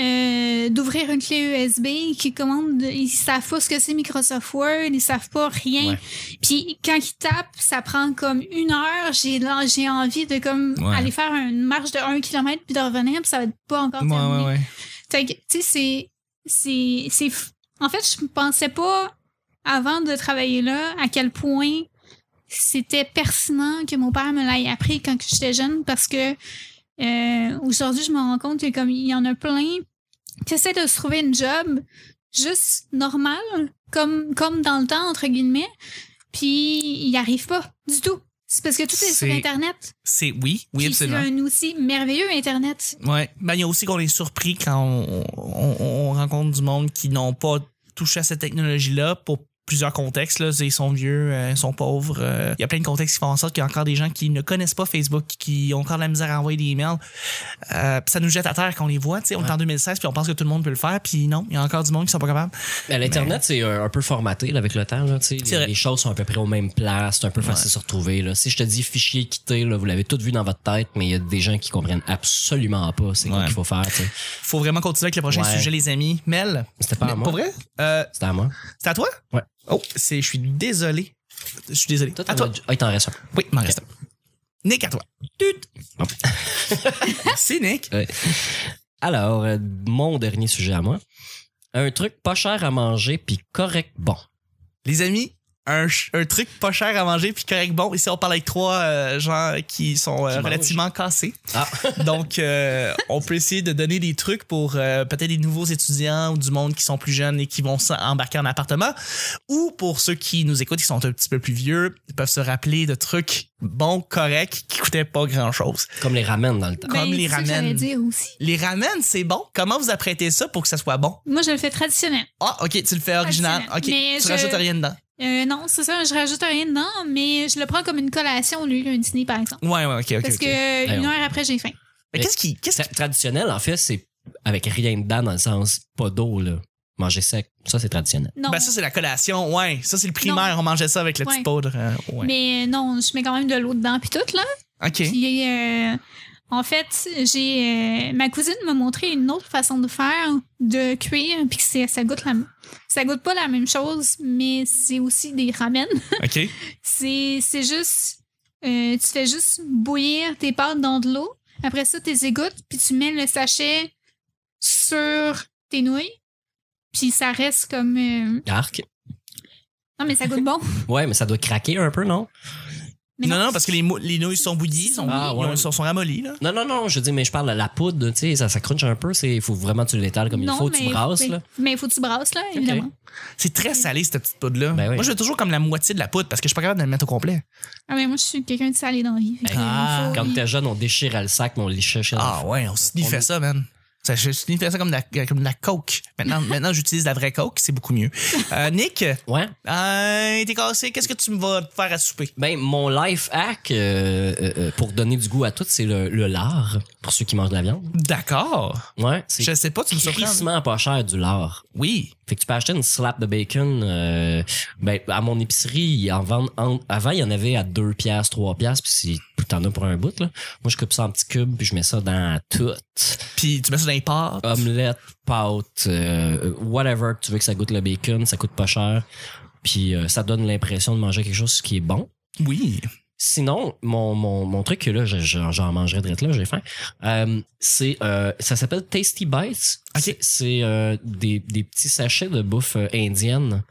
C: euh, d'ouvrir une clé USB, qui commandent, ils savent pas ce que c'est Microsoft Word, ils savent pas rien.
B: Ouais.
C: Puis quand ils tapent, ça prend comme une heure. J'ai l'en- j'ai envie de comme
A: Ouais.
C: aller faire une marche de 1 km puis de revenir, puis ça va être pas encore
A: Ouais,
C: terminé.
A: ouais, ouais.
C: Fait que, tu sais, c'est- c'est. c'est f- En fait, je pensais pas, avant de travailler là, à quel point c'était pertinent que mon père me l'aille appris quand que j'étais jeune parce que euh, aujourd'hui, je me rends compte que comme il y en a plein qui essaient de se trouver une job juste normale, comme, comme dans le temps, entre guillemets, puis ils n'y arrivent pas du tout. C'est parce que tout est, sur
A: C'est-
C: Internet.
A: C'est oui, oui,
C: Puis c'est
A: absolument.
C: un outil merveilleux, Internet.
A: Ouais. Ben, il y a aussi qu'on est surpris quand on, on- on- on rencontre du monde qui n'ont pas touché à cette technologie-là pour plusieurs contextes. Là. Ils sont vieux, euh, ils sont pauvres. euh. Il y a plein de contextes qui font en sorte qu'il y a encore des gens qui ne connaissent pas Facebook, qui ont encore de la misère à envoyer des emails. Euh, puis ça nous jette à terre quand on les voit. tu sais, On est en 2016 puis on pense que tout le monde peut le faire. Puis non, il y a encore du monde qui sont pas capables.
B: Mais à
A: Ben.
B: l'Internet, c'est euh, un peu formaté là, avec le temps. Là, tu sais.
A: C'est
B: les,
A: vrai.
B: les choses sont à peu près aux mêmes places. C'est un peu facile de se retrouver. Là. Si je te dis fichier quitté, là, vous l'avez tout vu dans votre tête, mais il y a des gens qui comprennent absolument pas c'est quoi
A: Ouais.
B: qu'il faut faire. tu sais.
A: Faut vraiment continuer avec le prochain
B: Ouais.
A: sujet, les amis. Mel,
B: C'était pas à
A: mais-
B: moi.
A: pas vrai? Euh,
B: C'était à moi.
A: c'est à toi?
B: Ouais.
A: Oh, c'est, je suis désolé. Je suis désolé.
B: Toi,
A: à toi.
B: t'avais- Ah, il t'en reste un.
A: Oui, il m'en reste un. Nick, à toi.
B: Bon.
A: C'est Nick.
B: Alors, euh, mon dernier sujet à moi. Un truc pas cher à manger puis correct bon.
A: Les amis, un, ch- un truc pas cher à manger puis correct bon. Ici, on parle avec trois euh, gens qui sont euh,
B: Qui mangent.
A: relativement cassés.
B: Ah.
A: Donc, euh, on peut essayer de donner des trucs pour euh, peut-être des nouveaux étudiants ou du monde qui sont plus jeunes et qui vont s'embarquer en appartement. Ou pour ceux qui nous écoutent, qui sont un petit peu plus vieux, ils peuvent se rappeler de trucs bons, corrects, qui coûtaient pas grand-chose.
B: Comme les ramènes dans le temps.
A: Comme
C: Ben,
A: les
C: c'est ça que
A: ramen.
C: j'allais dire aussi.
A: Les ramen, c'est bon. Comment vous apprêtez ça pour que ça soit bon?
C: Moi, je le fais traditionnel.
A: Ah, OK, tu le fais original. OK,
C: Mais
A: tu
C: je-
A: rajoutes rien dedans.
C: Euh, non, c'est ça, je rajoute rien dedans, mais je le prends comme une collation au lieu d'un dîner, par exemple.
A: Ouais, ouais, OK, OK.
C: Parce
A: ok.
C: que euh,
B: Ben,
C: une
B: on-
C: heure après, j'ai faim.
A: Mais qu'est-ce qui... Qu'est-ce
B: Tra- traditionnel, en fait, c'est avec rien dedans, dans le sens pas d'eau, là. Manger sec, ça, c'est traditionnel.
C: Non.
A: Ben ça, c'est la collation, ouais. Ça, c'est le primaire. On mangeait ça avec la petite
C: Ouais.
A: poudre. euh, ouais.
C: Mais euh, non, je mets quand même de l'eau dedans, puis tout, là.
A: OK.
C: Puis, euh, en fait, j'ai. euh, ma cousine m'a montré une autre façon de faire, de cuire, puis que c'est- ça goûte la m- Ça goûte pas la même chose, mais c'est aussi des ramen.
A: OK.
C: C'est c'est juste. euh, tu fais juste bouillir tes pâtes dans de l'eau. Après ça, tu les égouttes, puis tu mets le sachet sur tes nouilles. Puis ça reste comme. euh,
B: Arc.
C: Non, mais ça goûte bon.
B: Ouais, mais ça doit craquer un peu, non?
C: Mais
A: non, non, parce que les, mou- les nouilles sont bouillies, sont,
B: Ah,
A: bouillies,
B: ouais.
A: ils sont, sont ramollies, là.
B: Non, non, non, je dis, mais je parle de la poudre, tu sais, ça, ça crunche un peu, c'est, faut vraiment que tu l'étales comme
C: Non,
B: il faut, tu
C: mais-
B: brasses,
C: mais-
B: là.
C: Mais il faut que tu brasses, là, évidemment.
A: C'est très salé, cette petite poudre-là.
B: Ben oui.
A: Moi, je veux toujours comme la moitié de la poudre parce que je suis pas capable de le mettre au complet.
C: Ah, mais moi, je suis quelqu'un de salé dans la vie. Fait que,
A: Ah,
C: il faut-
B: Quand t'es jeune, on déchirait le sac, mais on léchait chez
A: Ah, ouais, on sniffait
B: On-
A: ça, man. Ça, je sniffais ça comme de la, comme de la coke. Maintenant, maintenant j'utilise de la vraie coke, c'est beaucoup mieux. Euh, Nick,
B: Ouais.
A: euh, t'es cassé, qu'est-ce que tu me vas te faire à souper?
B: Ben, mon life hack euh, euh, euh, pour donner du goût à tout, c'est le, le lard, pour ceux qui mangent de la viande.
A: D'accord.
B: Ouais, c'est
A: Je sais pas, tu me surprends.
B: crissement pas cher du lard.
A: Oui.
B: Fait que tu peux acheter une slap de bacon. euh, ben, à mon épicerie, ils en vendent. en- avant, il y en avait à 2 piastres, 3 piastres, puis c'est- puis t'en as pour un bout, là. Moi, je coupe ça en petits cubes, puis je mets ça dans tout.
A: Puis tu mets ça dans d'un
B: Ah.
A: pâte.
B: Omelette, pâte, euh, whatever, que tu veux que ça goûte le bacon, ça coûte pas cher. Puis euh, ça donne l'impression de manger quelque chose qui est bon.
A: Oui.
B: Sinon, mon, mon, mon truc que là, je- je- j'en mangerai direct là, j'ai faim. Euh, c'est euh, ça s'appelle Tasty Bites.
A: Ok.
B: C'est- C'est euh, des, des petits sachets de bouffe euh, indienne.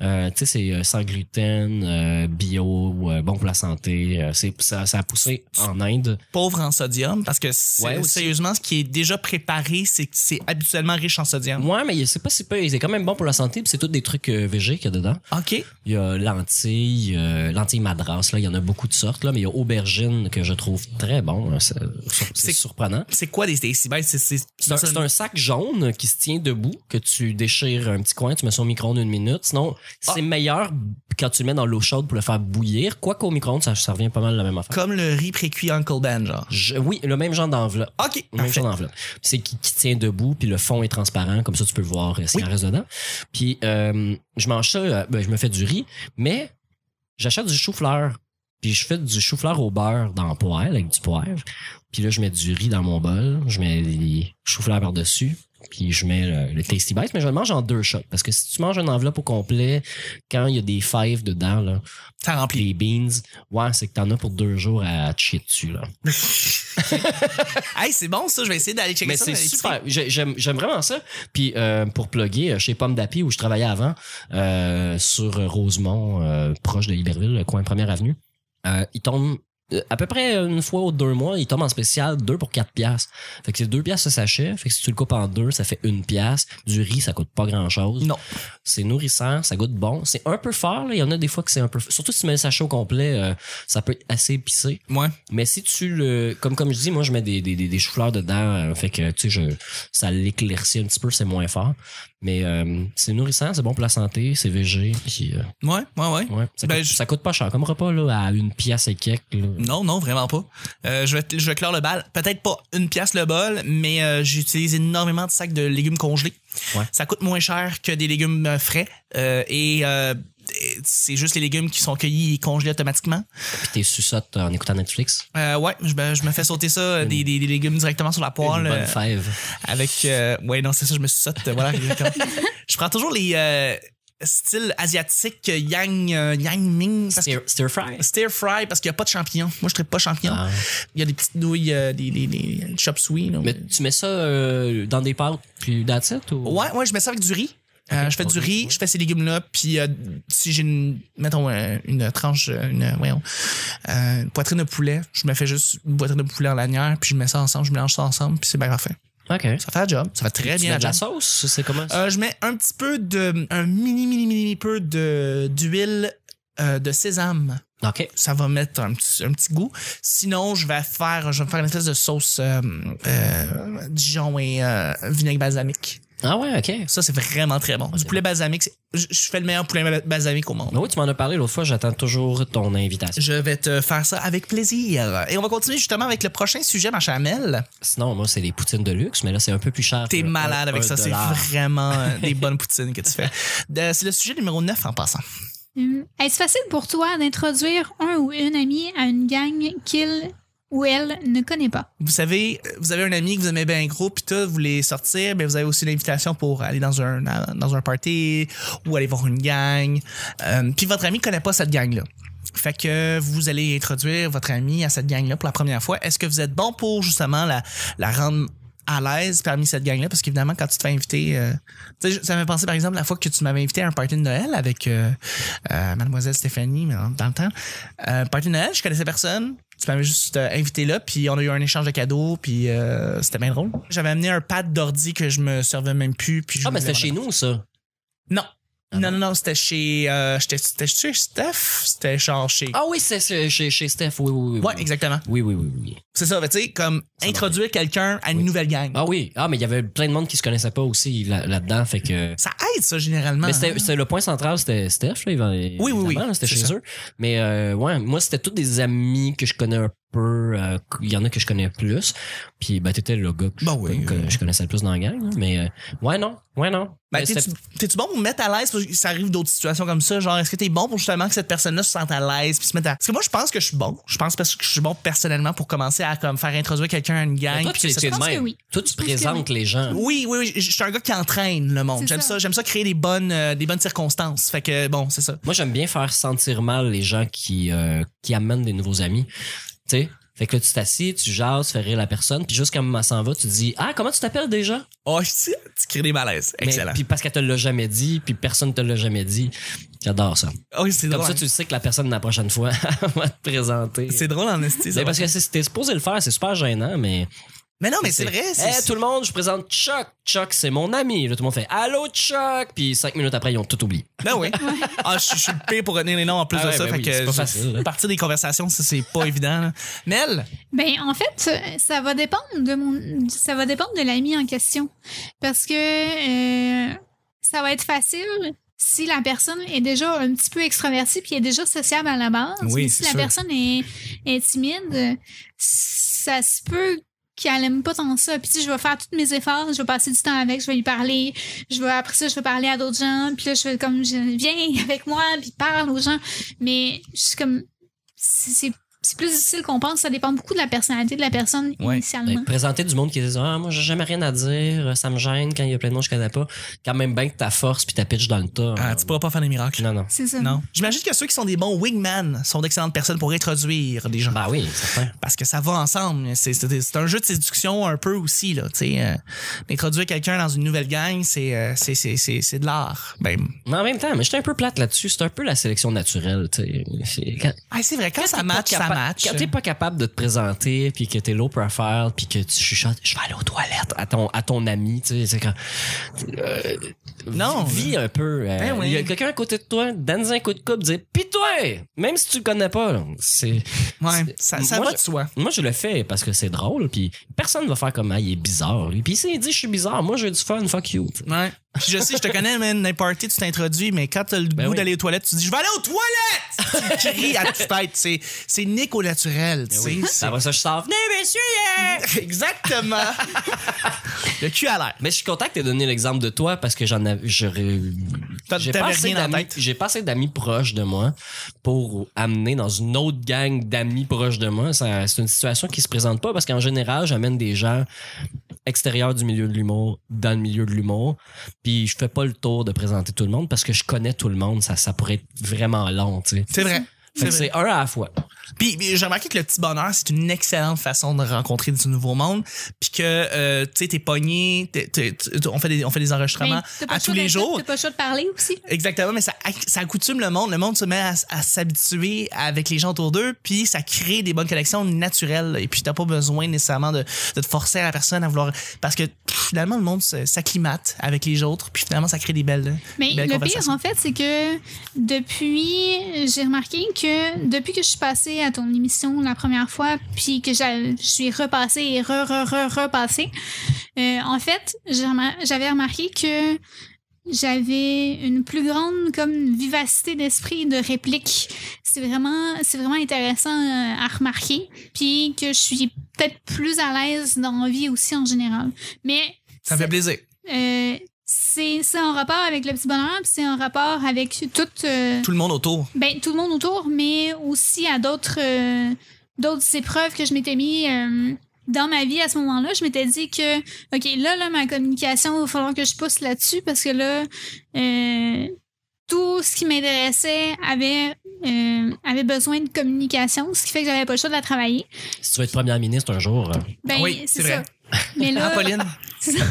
B: Euh, tu sais, c'est euh, sans gluten, euh, bio, euh, bon pour la santé. Euh, c'est- ça, ça a poussé en Inde.
A: Pauvre en sodium, parce que c'est-
B: Ouais, aussi.
A: sérieusement, ce qui est déjà préparé, c'est que c'est habituellement riche en sodium.
B: Ouais, mais c'est pas si peu. C'est quand même bon pour la santé. Puis c'est tous des trucs euh, végés qu'il y a dedans.
A: OK.
B: Il y a lentilles, euh, lentilles madras, là, il y en a beaucoup de sortes, là, mais il y a aubergine que je trouve très bon. hein, c'est-
A: C'est-
B: C'est surprenant.
A: C'est quoi des Tasty Bites? C'est- C'est
B: C'est un, c'est un sac jaune qui se tient debout, que tu déchires un petit coin, tu mets ça au micro-ondes une minute. Sinon, c'est
A: Ah.
B: meilleur quand tu le mets dans l'eau chaude pour le faire bouillir. Quoi qu'au micro-ondes, ça, ça revient pas mal à la même affaire.
A: comme le riz précuit Uncle Ben, genre.
B: Je- oui, le même genre d'enveloppe.
A: OK.
B: Le même
A: parfait.
B: genre d'enveloppe. C'est qui, qui tient debout, puis le fond est transparent, comme ça tu peux voir euh, ce qu'il
A: Oui.
B: en reste dedans. Puis euh, je mange ça, euh, ben, je me fais du riz, mais j'achète du chou-fleur. Puis je fais du chou-fleur au beurre dans le poêle, avec du poivre. Puis là, je mets du riz dans mon bol, je mets les chou-fleurs par-dessus, puis je mets le, le Tasty Bites, mais je le mange en deux shots. Parce que si tu manges une enveloppe au complet, quand il y a des fèves dedans, là,
A: Ça remplit.
B: puis les beans, ouais, c'est que t'en as pour deux jours à chier dessus, là.
A: Hey, c'est bon, ça. Je vais essayer d'aller checker
B: Mais
A: ça.
B: Ben, c'est
A: dans les
B: super. J'ai- J'aime j'aime vraiment ça. Puis euh, pour plugger, euh, chez Pomme d'Api, où je travaillais avant, euh, sur Rosemont, euh, proche de Iberville, le coin Première Avenue, euh, ils tombent euh, à peu près une fois ou deux mois, ils tombent en spécial deux pour quatre piastres. Fait que c'est deux piastres ce sachet. Fait que si tu le coupes en deux, ça fait une piastre. Du riz, ça coûte pas grand-chose.
A: Non.
B: C'est nourrissant, ça goûte bon. C'est un peu fort. là. Il y en a des fois que c'est un peu... Surtout si tu mets le sachet au complet, euh, ça peut être assez épicé.
A: Ouais.
B: Mais si tu le. Comme, comme je dis, moi, je mets des, des, des, des choux-fleurs dedans. euh, fait que, tu sais, je, ça l'éclaircit un petit peu, c'est moins fort. Mais euh, c'est nourrissant, c'est bon pour la santé, c'est végé. Puis, euh,
A: Ouais, ouais, ouais.
B: ouais, ça,
A: Ben,
B: coûte,
A: je-
B: ça coûte pas cher comme repas, là, à une pièce et quelques. là.
A: Non, non, vraiment pas. Euh, je, vais, je vais clore le bal. Peut-être pas une pièce le bol, mais euh, j'utilise énormément de sacs de légumes congelés.
B: Ouais.
A: Ça coûte moins cher que des légumes euh, frais. euh, et euh, et c'est juste les légumes qui sont cueillis et congelés automatiquement.
B: Puis t'es suçote en écoutant Netflix.
A: Euh, ouais, je, me- je me fais sauter ça, euh, des, des- des légumes directement sur la poêle.
B: une bonne
A: euh,
B: fève.
A: avec euh, ouais non c'est ça je me suis sotte voilà exactement. je prends toujours les euh, styles asiatiques euh, yang euh, yang ming parce que
B: Stir, stir fry.
A: stir fry parce qu'il n'y a pas de champignons moi je traite pas champignons
B: Ah.
A: il y a des petites nouilles euh, des, des, des chop suey là.
B: Mais tu mets ça euh, dans des pâtes, puis that's it, ou-
A: ouais ouais je mets ça avec du riz Euh, je fais du
B: ok,
A: riz,
B: ouais.
A: je fais ces légumes-là, puis euh, si j'ai une, mettons, euh, une tranche, euh, une, voyons, euh, une poitrine de poulet, je me fais juste une poitrine de poulet en lanière, puis je mets ça ensemble, je mélange ça ensemble, puis c'est bien parfait.
B: Ok.
A: Ça fait la job, ça fait très
B: tu
A: bien la
B: mets de
A: job.
B: la sauce, c'est comment ça?
A: Euh, je mets un petit peu de. un mini, mini, mini, mini peu de, d'huile euh, de sésame.
B: ok.
A: Ça va mettre un petit, un petit goût. Sinon, je vais faire, je vais me faire une espèce de sauce euh, euh, Dijon et euh, vinaigre balsamique.
B: Ah ouais, ok.
A: Ça, c'est vraiment très bon. Du poulet balsamique, c'est- je je fais le meilleur poulet bal- balsamique au monde.
B: Mais oui, tu m'en as parlé l'autre fois, j'attends toujours ton invitation.
A: Je vais te faire ça avec plaisir. Et on va continuer justement avec le prochain sujet, ma chamelle.
B: Sinon, moi, c'est des poutines de luxe, mais là, c'est un peu plus cher.
A: T'es
B: que
A: malade
B: un-
A: avec
B: un
A: ça. C'est
B: dollar.
A: vraiment euh, des bonnes poutines que tu fais. De- C'est le sujet numéro 9 en passant.
C: Hum. Est-ce facile pour toi d'introduire un ou une amie à une gang qu'il ou elle ne connaît pas?
A: vous savez, euh, vous avez un ami que vous aimez bien gros, puis tout, vous voulez sortir, mais vous avez aussi l'invitation pour aller dans un, dans un party ou aller voir une gang. Euh, puis votre ami connaît pas cette gang-là. Fait que vous allez introduire votre ami à cette gang-là pour la première fois. Est-ce que vous êtes bon pour justement la, la rendre à l'aise parmi cette gang-là? Parce qu'évidemment, quand tu te fais inviter... euh, tu sais, ça m'a pensé par exemple la fois que tu m'avais invité à un party de Noël avec euh, euh, mademoiselle Stéphanie, mais dans- dans le temps. Euh, party de Noël, je connaissais personne. Tu m'avais juste euh, invité là, puis on a eu un échange de cadeaux, puis euh, c'était bien drôle. J'avais amené un pad d'ordi que je me servais même plus. Puis je
B: Ah, mais
A: voulais
B: c'était chez
A: en-
B: nous, ça.
A: Non.
B: Ah
A: non, non, non, c'était chez. Euh, j'étais- c'était chez Steph. C'était genre chez.
B: Ah oui, c'est c'est chez, chez Steph, oui, oui, oui.
A: ouais,
B: oui.
A: exactement.
B: Oui, oui, oui, oui.
A: C'est ça, mais tu sais, comme
B: Ça
A: introduire quelqu'un à une
B: Oui.
A: nouvelle gang.
B: Ah oui, ah, mais il y avait plein de monde qui se connaissait pas aussi là- là-dedans, fait que.
A: Ça aide, ça, généralement.
B: Mais c'était c'était le point central, c'était Steph, là, oui,
A: ah. oui, oui,
B: c'était
A: c'est
B: chez
A: ça.
B: eux. Mais euh, ouais, moi, c'était tous des amis que je connais un peu, euh, il y en a que je connais plus. Puis, bah, t'étais le gars que,
A: Bah
B: je-
A: oui.
B: que je connaissais le plus dans la gang, hein, mais euh, ouais, non, ouais, non.
A: Ben,
B: Mais
A: t'es-tu
B: c'était-
A: t'es-tu bon pour me mettre à l'aise? Parce que ça arrive d'autres situations comme ça. Genre, est-ce que t'es bon pour justement que cette personne-là se sente à l'aise puis se mette à. Parce que moi, je pense que je suis bon. Je pense parce que je suis bon personnellement pour commencer sais, à comme faire introduire quelqu'un à une gang.
B: Toi,
A: puis
B: tu
A: que
B: es
A: ça-
B: tu es
C: Je
B: de
C: pense que
B: même.
C: oui.
B: Toi, tu
C: pense que
B: présentes les gens.
A: oui, oui, oui, je je suis un gars qui entraîne le monde.
C: C'est
A: J'aime
C: ça.
A: ça. j'aime ça créer des bonnes, euh, des bonnes circonstances. Fait que bon, c'est ça.
B: Moi, j'aime bien faire sentir mal les gens qui, euh, qui amènent des nouveaux amis. Tu sais? Fait que là, tu t'assis, tu jases, tu fais rire la personne, puis juste quand elle s'en va, tu dis Ah, comment tu t'appelles déjà?
A: Oh, je sais, tu crées des malaises.
B: Mais-
A: Excellent.
B: Puis parce qu'elle te l'a jamais dit, puis personne te l'a jamais dit. J'adore ça.
A: Oh, c'est
B: Comme
A: drôle.
B: ça, tu sais que la personne, la prochaine fois, va te présenter.
A: C'est drôle en esti. ça.
B: Mais parce que c'est- t'es supposé le faire, c'est super gênant, mais.
A: Mais non, mais c'est vrai. c'est-
B: Hey, tout le monde, je vous présente Chuck. Chuck, c'est mon ami. Là, tout le monde fait Allô, Chuck. Puis cinq minutes après, ils ont tout oublié.
A: Ben oui. Ah, je je suis le pire pour retenir les noms en plus
B: Ah
A: de
B: ouais,
A: ça.
B: ben
A: fait
B: oui,
A: que
B: c'est pas
A: je-
B: facile, là.
A: partir des conversations, ça, c'est pas évident. là. Mel,
C: Ben, en fait, ça va dépendre de mon, ça va dépendre de l'ami en question. Parce que euh, ça va être facile si la personne est déjà un petit peu extravertie puis est déjà sociable à la base.
A: Oui,
C: Mais
A: c'est
C: si la
A: sûr.
C: personne est, est timide, ça se peut qu'elle aime pas tant ça. Puis tu sais, je vais faire tous mes efforts, je vais passer du temps avec, je vais lui parler, je vais après ça, je vais parler à d'autres gens, puis là je vais comme je- viens avec moi, puis parle aux gens. Mais je suis comme c'est c'est- c'est plus difficile qu'on pense, ça dépend beaucoup de la personnalité de la personne
A: Ouais. Ben,
B: Mais
C: initialement.
B: Ben, présenter du monde qui dit Ah, moi, j'ai jamais rien à dire. Ça me gêne quand il y a plein de monde que je connais pas. Quand même, bien que ta force puis ta pitch dans le tas. hein.
A: ah, tu pourras pas faire des miracles.
B: Non, non.
C: C'est ça.
A: Non. J'imagine que ceux qui sont des bons wingman sont d'excellentes personnes pour introduire des gens.
B: Bah oui, certain.
A: Parce que ça va ensemble. C'est- C'est c'est un jeu de séduction un peu aussi. Là, tu sais, euh, introduire quelqu'un dans une nouvelle gang, c'est euh, c'est- c'est- c'est- c'est de l'art. Ben,
B: Mais en même temps, mais j'étais un peu plate là-dessus. C'est un peu la sélection naturelle, tu sais. C'est- quand-
A: ah, c'est vrai, quand, ça
B: t'es
A: match,
B: pas
A: ça
B: capa-
A: match.
B: Quand t'es pas capable de te présenter, puis que t'es low profile, puis que tu chuchotes, je vais aller aux toilettes à ton, à ton ami, tu sais, c'est quand. euh,
A: Non.
B: Vis vis un peu. euh,
A: Ben oui.
B: Il y a quelqu'un à côté de toi, donne un coup de coupe, dis, pis toi! Même si tu le connais pas, là, c'est.
A: Ouais, ça, ça
B: Moi,
A: va de soi.
B: Moi, je le fais parce que c'est drôle, puis personne va faire comme, ah, il est bizarre. lui. Puis s'il dit, je suis bizarre, moi, j'ai du fun, fuck you. tu sais.
A: Ouais. Puis je sais, je te connais, man. N'importe qui, tu t'introduis, mais quand t'as le goût
B: oui.
A: d'aller aux toilettes, tu dis, je vais aller aux toilettes! tu cries à toute tête. C'est, c'est Nick au naturel, tu sais. C'est-
B: Ben Après ça, je sors, venez, messieurs! yeah!
A: Exactement. le cul à l'air.
B: Mais je suis content que t'aies donné l'exemple de toi parce que j'en avais. j'aurais-
A: T'as-
B: J'ai
A: t'avais
B: pas assez
A: rien en
B: d'amis-
A: tête.
B: j'ai pas assez d'amis proches de moi pour amener dans une autre gang d'amis proches de moi. Ça- C'est une situation qui se présente pas parce qu'en général, j'amène des gens extérieurs du milieu de l'humour, dans le milieu de l'humour. Puis je fais pas le tour de présenter tout le monde parce que je connais tout le monde. Ça, ça pourrait être vraiment long, tu sais.
A: C'est vrai. C'est
B: Fait que
A: vrai.
B: C'est un à la fois.
A: Puis puis j'ai remarqué que le petit bonheur, c'est une excellente façon de rencontrer du nouveau monde. Puis que, euh, tu sais, t'es pogné, t'es- t'es- t'es- on, fait des, on fait des enregistrements
C: Ben, t'as pas
A: à
C: le
A: tous
C: choix
A: les
C: d'être là,
A: jours.
C: T'as pas le choix de parler aussi.
A: Exactement, mais ça, acc- ça accoutume le monde. Le monde se met à, s- à s'habituer avec les gens autour d'eux, puis ça crée des bonnes connexions naturelles. Et puis, t'as pas besoin nécessairement de, de te forcer à la personne à vouloir. Parce que pff, finalement, le monde se- s'acclimate avec les autres, puis finalement, ça crée des belles. euh,
C: Mais
A: belle
C: le pire,
A: conversation.
C: en fait, c'est que depuis, j'ai remarqué que depuis que je suis passée à ton émission la première fois, puis que j'a- je suis repassée et re, re, re, repassée, euh, en fait, j'ai remar- j'avais remarqué que j'avais une plus grande comme vivacité d'esprit de réplique. C'est vraiment c'est vraiment intéressant euh, à remarquer puis que je suis peut-être plus à l'aise dans la vie aussi en général. Mais
A: Ça me fait plaisir.
C: euh, c'est c'est en rapport avec le petit bonheur, puis c'est en rapport avec tout, euh,
A: Tout le monde autour.
C: ben, tout le monde autour, mais aussi à d'autres euh, d'autres épreuves que je m'étais mis euh, dans ma vie à ce moment-là. Je m'étais dit que, OK, là, là, ma communication, il va falloir que je pousse là-dessus parce que là, euh, tout ce qui m'intéressait avait, euh, avait besoin de communication, ce qui fait que j'avais pas le choix de la travailler.
B: Si tu veux être premier ministre un jour, euh,
C: Ben,
A: Oui, c'est
C: c'est
A: vrai.
C: ça. Mais
A: Ah,
C: là,
A: Pauline?
C: c'est ça.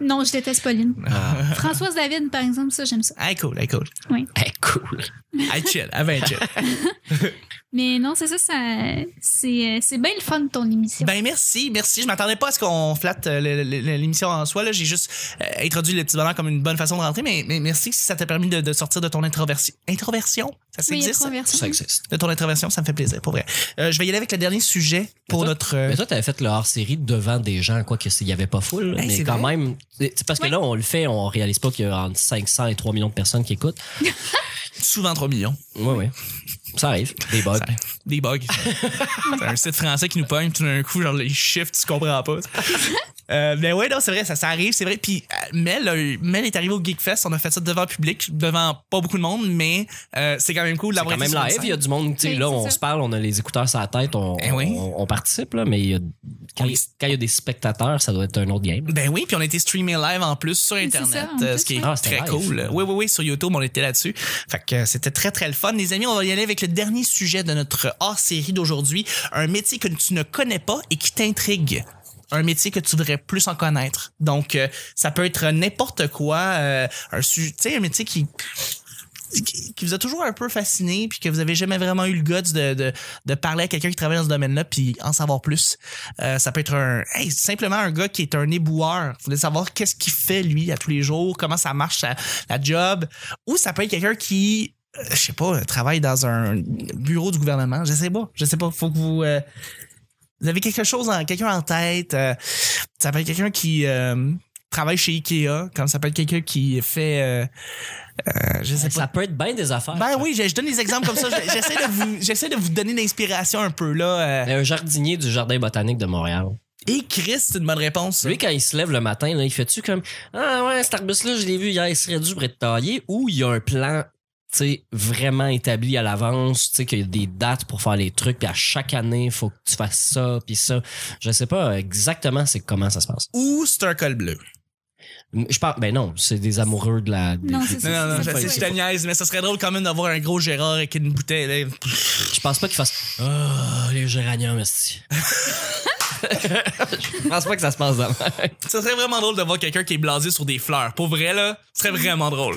C: non, je déteste Pauline. Françoise David, par exemple, ça, j'aime ça.
A: Hey, cool, hey, cool.
B: hey, cool.
A: Hey, chill, hey, ben, chill.
C: Mais non, c'est ça, ça c'est, euh, c'est bien le fun de ton émission.
A: Ben merci, merci. Je m'attendais pas à ce qu'on flatte euh, le- le- le- l'émission en soi. là. J'ai juste euh, introduit le petit bonheur comme une bonne façon de rentrer, mais, mais merci si ça t'a permis de, de sortir de ton introversion. Introversion? Ça
C: Oui,
A: s'existe? ça?
C: introversion.
B: Ça existe.
A: De ton introversion, ça me fait plaisir, pour vrai. Euh, je vais y aller avec le dernier sujet pour
B: toi-
A: notre... euh,
B: Mais toi, t'avais fait le hors-série devant des gens, quoi que s'il y avait pas full.
A: Hey,
B: mais
A: Ben, c'est
B: quand
A: vrai.
B: même, c'est parce que
C: Ouais.
B: là, on le fait, on réalise pas qu'il y a entre 500 et 3 millions de personnes qui écoutent.
A: souvent 3 millions.
B: Ouais, ouais. Ça arrive. Des bugs.
A: Ça- Des bugs. C'est un site français qui nous pogne, tout d'un coup, genre les chiffres, tu comprends pas. Euh, mais ouais, non, c'est vrai, ça, ça arrive, c'est vrai. Puis euh, Mel, euh, Mel est arrivé au Geekfest, on a fait ça devant le public, devant pas beaucoup de monde, mais euh, c'est quand même cool
B: C'est
A: d'avoir
B: quand même
A: été sur une
B: live, il y a du monde. tu sais,
C: Oui,
B: là,
C: c'est
B: on
C: ça.
B: se parle, on a les écouteurs sur la tête, on,
A: Eh oui.
B: on, on participe, là, mais il y a- quand
A: On
B: il y a- quand il y a des spectateurs, ça doit être un autre game.
A: Ben oui, puis on a été streamé live en plus sur
C: c'est
A: Internet,
C: ça, en
A: euh,
C: plus,
A: ce qui est
C: ouais.
B: Ah, c'était
A: très
B: live.
A: cool. Oui, oui, oui, sur YouTube, on était là-dessus. Fait que euh, c'était très, très le fun. Les amis, on va y aller avec le dernier sujet de notre hors-série d'aujourd'hui. Un métier que tu ne connais pas et qui t'intrigue. Un métier que tu voudrais plus en connaître. Donc, euh, ça peut être n'importe quoi. euh, un su- tu sais, un métier qui qui qui vous a toujours un peu fasciné puis que vous avez jamais vraiment eu le guts de, de, de parler à quelqu'un qui travaille dans ce domaine-là puis en savoir plus. Euh, ça peut être un hey, simplement un gars qui est un éboueur. Vous voulez savoir qu'est-ce qu'il fait lui à tous les jours, comment ça marche sa- la job. Ou ça peut être quelqu'un qui euh, je sais pas, travaille dans un bureau du gouvernement. Je sais pas. Je sais pas. Faut que vous. euh, vous avez quelque chose en quelqu'un en tête. euh, ça peut être quelqu'un qui euh, travaille chez Ikea, comme ça peut être quelqu'un qui fait euh, euh, je sais pas.
B: Ça peut être bien des affaires.
A: Ben oui, je, je donne des exemples comme ça. Je- J'essaie de vous, j'essaie de vous donner l'inspiration un peu là. euh.
B: Mais Un jardinier du jardin botanique de Montréal.
A: Et Chris, c'est une bonne réponse. ça.
B: Lui, quand il se lève le matin, là, il fait-tu comme Ah ouais, cet arbuste-là, je l'ai vu hier, il serait dû pour être taillé ou il y a un plan tu sais, vraiment établi à l'avance, tu sais, qu'il y a des dates pour faire les trucs, puis à chaque année, il faut que tu fasses ça, puis ça. Je sais pas exactement c'est comment ça se passe.
A: Ou c'est un col bleu.
B: Je parle, ben non, c'est des amoureux de la. des-
C: Non, c'est
A: Non,
C: ça.
A: non, non, je
C: c'est
A: sais,
C: ça.
A: je te niaise, mais ça serait drôle quand même d'avoir un gros Gérard avec une bouteille. là.
B: Je pense pas qu'ils fassent Ah, les géraniums, esti. Je pense pas que ça se passe dans
A: Ça serait vraiment drôle de voir quelqu'un qui est blasé sur des fleurs. Pour vrai, là, ce serait vraiment drôle.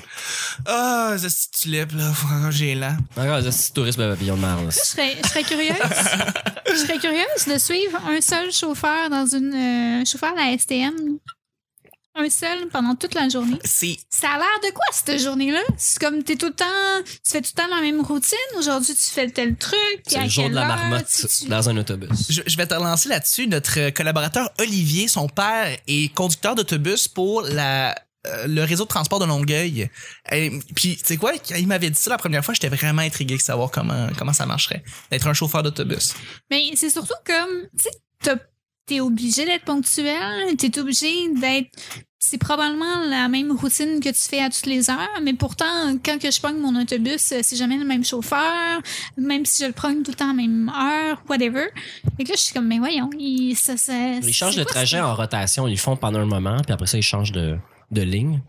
A: Ah, ça, c'est tulipe, là, vraiment gélant.
B: Encore, c'est ce tourisme à papillon de marre, là.
C: Je serais, je serais curieuse. je serais curieuse de suivre un seul chauffeur dans une euh, chauffeur de la STM. Un seul pendant toute la journée.
A: C'est
C: Ça a l'air de quoi cette journée-là? C'est comme t'es tout le temps. Tu fais tout le temps la même routine. Aujourd'hui, tu fais tel truc. puis
B: C'est
C: à
B: le jour de
C: quelle
B: la
C: heure,
B: marmotte
C: tu- tu-
B: dans un autobus.
A: Je, je vais te relancer là-dessus. Notre collaborateur Olivier, son père, est conducteur d'autobus pour la euh, le réseau de transport de Longueuil. Et, puis, tu sais quoi, quand il m'avait dit ça la première fois, j'étais vraiment intrigué de savoir comment, comment ça marcherait, d'être un chauffeur d'autobus.
C: Mais c'est surtout comme, tu sais, t'as- t'es obligé d'être ponctuel, t'es obligé d'être. C'est probablement la même routine que tu fais à toutes les heures, mais pourtant, quand que je prends mon autobus, euh, c'est jamais le même chauffeur, même si je le prends tout le temps à la même heure, whatever. Et que là, je suis comme, mais voyons, il, ça, ça,
B: Ils changent
C: c'est
B: de
C: quoi
B: trajet
C: ça?
B: en rotation, ils le font pendant un moment, puis après ça, ils changent de, de ligne.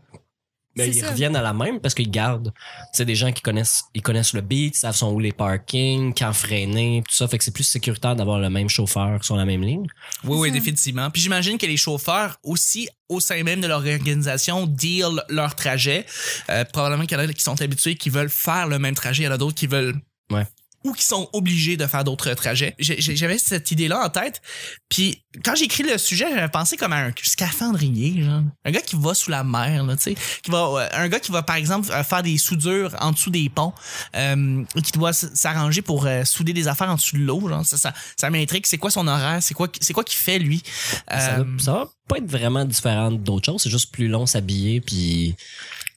B: Mais
C: C'est
B: Ben, ils
C: ça.
B: reviennent à la même parce qu'ils gardent. C'est des gens qui connaissent, ils connaissent le beat, ils savent sont où les parkings, quand freiner, tout ça. Fait que c'est plus sécuritaire d'avoir le même chauffeur sur la même ligne.
A: Oui, oui,
C: Ça.
A: définitivement. Puis j'imagine que les chauffeurs aussi, au sein même de leur organisation, deal leur trajet. Euh, probablement qu'il y en a qui sont habitués, qui veulent faire le même trajet. Il y en a d'autres qui veulent...
B: Ouais.
A: Ou qui sont obligés de faire d'autres trajets. J'ai- j'ai- J'avais cette idée-là en tête. Puis quand j'ai écrit le sujet, j'avais pensé comme à un scaphandrier, genre. Un gars qui va sous la mer, là, tu sais. Qui va, euh, un gars qui va, par exemple, euh, faire des soudures en dessous des ponts, euh, qui doit s- s'arranger pour euh, souder des affaires en dessous de l'eau, genre. Ça, ça, ça m'intrigue. C'est quoi son horaire? C'est quoi, c'est quoi qu'il fait, lui?
B: Ça,
A: Euh,
B: va, ça va pas être vraiment différent d'autres choses. C'est juste plus long s'habiller, puis,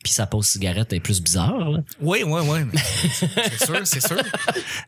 B: puis sa pause cigarette est plus bizarre. là.
A: Oui, oui, oui. C'est sûr, c'est sûr.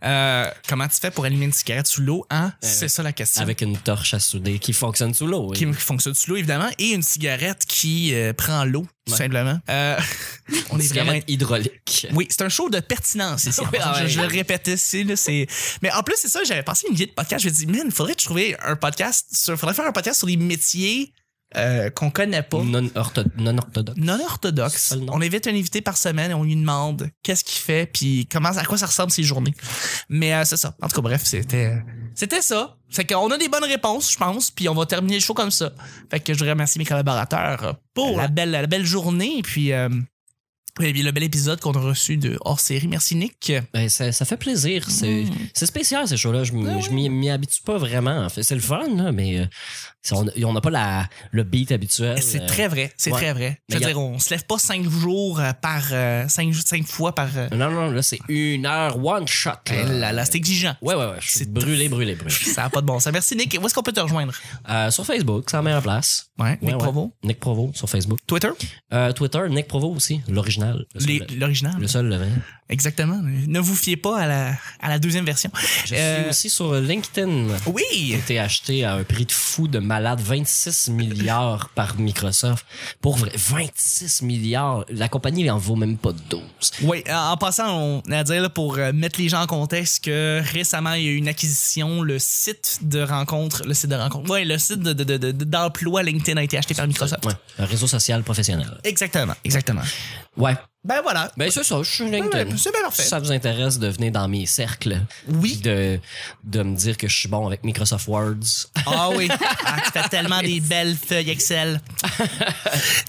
A: Euh, comment tu fais pour allumer une cigarette sous l'eau, hein? C'est ça la question.
B: Avec une torche à souder qui fonctionne sous l'eau.
A: Qui, qui fonctionne sous l'eau, évidemment, et une cigarette qui euh, prend l'eau, tout
B: Ouais.
A: simplement. Euh, on
B: Une
A: est vraiment.
B: cigarette hydraulique.
A: Oui, c'est un show de pertinence ici.
B: Oui,
A: Je-
B: ah ouais.
A: Je, vais le répéter ici. là, c'est... Mais en plus, c'est ça, j'avais passé une idée de podcast. Je me dis, man, faudrait trouver un podcast. Sur... faudrait faire un podcast sur des métiers euh, qu'on connaît pas.
B: Non, ortho- non orthodoxe.
A: non
B: C'est
A: orthodoxe.
B: ça le nom.
A: On évite un invité par semaine et on lui demande qu'est-ce qu'il fait puis comment à quoi ça ressemble ses journées. Mais euh, c'est ça. En tout cas bref, c'était euh, c'était ça. C'est qu'on a des bonnes réponses, je pense, puis on va terminer le show comme ça. Fait que je voudrais remercier mes collaborateurs euh, pour la belle la belle journée et puis euh, et puis le bel épisode qu'on a reçu de hors série. Merci Nick.
B: Ben, ça, ça fait plaisir. C'est
A: Hmm.
B: c'est spécial, ces shows-là. Je m-
A: Ah
B: je m'y m'y habitue pas vraiment. En fait, c'est le fun, là, mais euh, c'est- on on n'a pas la, le beat habituel.
A: C'est
B: Euh,
A: très vrai, c'est
B: ouais.
A: très vrai.
B: Mais y a-
A: C'est-à-dire, on se lève pas cinq jours euh, par euh, cinq, cinq fois par. euh,
B: Non, non, là, c'est une heure one shot.
A: eh
B: Là.
A: là, là, c'est exigeant.
B: Ah. Ouais, ouais, ouais. Je suis
A: C'est
B: brûlé, brûlé, brûlé.
A: Ça a pas de bon sens. Merci Nick. Où est-ce qu'on peut te rejoindre?
B: Euh, sur Facebook, c'est la meilleure place.
A: Ouais, Nick
B: ouais.
A: Provo.
B: Nick Provo sur Facebook.
A: Twitter?
B: Euh, Twitter, Nick Provo aussi, l'original. l'original. Le seul-
A: Les- L'original.
B: Le seul, le vrai.
A: Exactement. Ne vous fiez pas à la, à la deuxième version.
B: Je
A: Euh,
B: suis aussi sur LinkedIn.
A: Oui!
B: a été acheté à un prix de fou de malade, 26 milliards par Microsoft. Pour vrai, 26 milliards. La compagnie en vaut même pas 12.
A: Oui, en en passant, on a à dire là, pour euh, mettre les gens en contexte que récemment il y a eu une acquisition, le site de rencontre, le site de rencontre, ouais, le site de- de- de- de- d'emploi LinkedIn a été acheté par Microsoft.
B: Ouais, un réseau social professionnel.
A: Exactement, exactement.
B: Ouais.
A: Ben voilà.
B: Ben, c'est ça, je suis LinkedIn.
A: Ouais, c'est bien parfait.
B: Si ça vous intéresse de venir dans mes cercles, puis
A: Oui.
B: de, de me dire que je suis bon avec Microsoft Words.
A: Ah oui. Ah, tu fais tellement des belles feuilles Excel.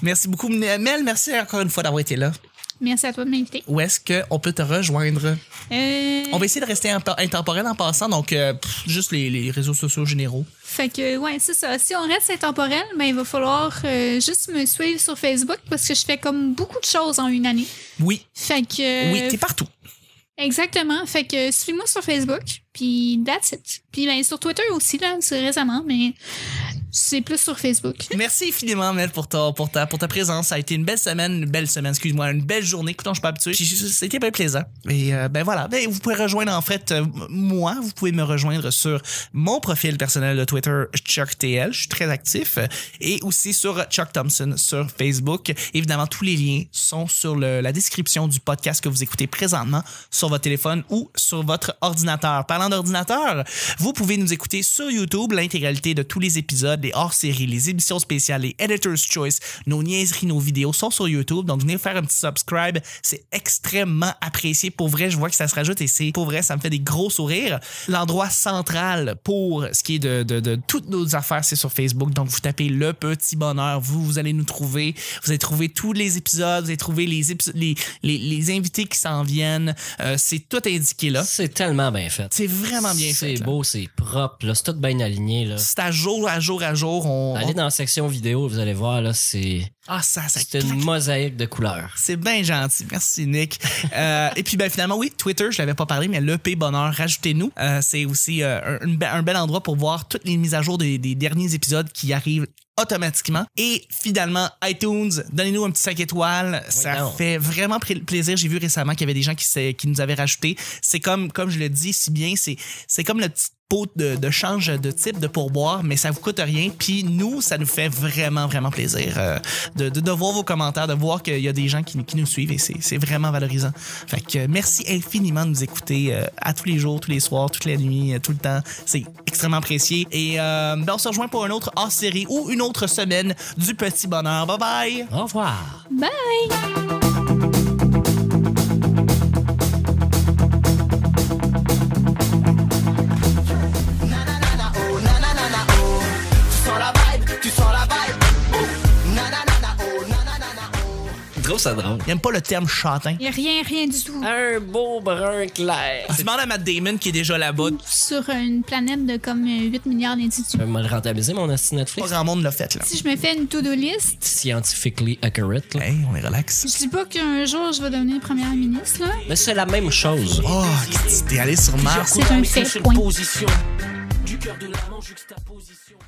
A: merci beaucoup. Mel, merci encore une fois d'avoir été là.
C: Merci à toi de m'inviter.
A: Où est-ce qu'on peut te rejoindre?
C: Euh,
A: Oh. On va essayer de rester impo- intemporel en passant, donc euh, pff, juste les, les réseaux sociaux généraux.
C: Fait que, ouais, c'est ça. Si on reste intemporel, ben, il va falloir euh, juste me suivre sur Facebook parce que je fais comme beaucoup de choses en une année.
A: Oui,
C: Fait que.
A: oui, t'es partout.
C: Exactement. Fait que suis-moi sur Facebook, puis that's it. Puis ben, sur Twitter aussi, là, c'est récemment, mais c'est plus sur Facebook.
A: Merci infiniment, Mel, pour ta, pour, ta, pour ta présence. Ça a été une belle semaine, une belle semaine, excuse-moi, une belle journée. Écoute, je suis pas habitué. Puis C'était bien plaisant. Et euh, ben voilà, ben, vous pouvez rejoindre, en fait, euh, moi, vous pouvez me rejoindre sur mon profil personnel de Twitter, ChuckTL. Je suis très actif. Et aussi sur Chuck Thompson sur Facebook. Évidemment, tous les liens sont sur le- la description du podcast que vous écoutez présentement sur votre téléphone ou sur votre ordinateur. Parlant d'ordinateur, vous pouvez nous écouter sur YouTube l'intégralité de tous les épisodes, les hors-séries, les émissions spéciales, les Editor's Choice, nos niaiseries, nos vidéos sont sur YouTube. Donc, venez faire un petit subscribe. C'est extrêmement apprécié. Pour vrai, je vois que ça se rajoute et c'est pour vrai, ça me fait des gros sourires. L'endroit central pour ce qui est de, de- de toutes nos affaires, c'est sur Facebook. Donc, vous tapez le petit bonheur. Vous, vous allez nous trouver. Vous allez trouver tous les épisodes. Vous allez trouver les, épis- les, les, les invités qui s'en viennent. Euh, c'est tout indiqué là.
B: C'est tellement bien fait.
A: C'est vraiment bien fait.
B: C'est
A: là.
B: beau, c'est propre, là. C'est tout bien aligné, là.
A: Euh, C'est à jour, à jour, à jour. On,
B: Allez dans la section vidéo, vous allez voir, là, c'est
A: Ah, ça, ça
B: c'est une
A: claque.
B: mosaïque de couleurs.
A: C'est bien gentil. Merci, Nick. Euh, et puis, ben, finalement, oui, Twitter, je l'avais pas parlé, mais l'EP Bonheur, rajoutez-nous. Euh, c'est aussi euh, un, un bel endroit pour voir toutes les mises à jour des, des derniers épisodes qui arrivent automatiquement. Et finalement, iTunes, donnez-nous un petit 5 étoiles. ça
B: donc.
A: fait vraiment pl- plaisir. J'ai vu récemment qu'il y avait des gens qui, s'est- qui nous avaient rajouté. C'est comme, comme je le dis si bien, c'est c'est comme le petit pot de, de change de type de pourboire, mais ça vous coûte rien. Puis nous, ça nous fait vraiment, vraiment plaisir euh, de, de, de voir vos commentaires, de voir qu'il y a des gens qui, qui nous suivent et c'est c'est vraiment valorisant. Fait que euh, merci infiniment de nous écouter euh, à tous les jours, tous les soirs, toute la nuit, euh, tout le temps. C'est extrêmement apprécié. Et euh, ben, on se rejoint pour un autre hors-série ou une autre semaine du Petit Bonheur. Bye bye!
B: Au revoir.
C: Bye!
B: Trop ça drôle.
A: Il aime pas le terme châtain.
C: Il a rien, rien du tout.
B: Un beau brun clair.
A: Tu demandes à Matt Damon qui est déjà là-bas.
C: Sur une planète de comme euh, 8 milliards
B: Je
C: d'individus.
B: vais me le rentabiliser, mon assis
A: Pas
B: Netflix.
A: grand monde l'a fait, là.
C: Si je me fais une to-do list,
B: Scientifically accurate. là.
A: Hey, on est relax.
C: je dis pas qu'un jour je vais devenir première ministre, là.
B: Mais c'est la même chose. Ah,
A: Oh, t'es allé sur Mars.
C: C'est un fait, point.
D: Position. Du cœur de l'amant, juxtaposition.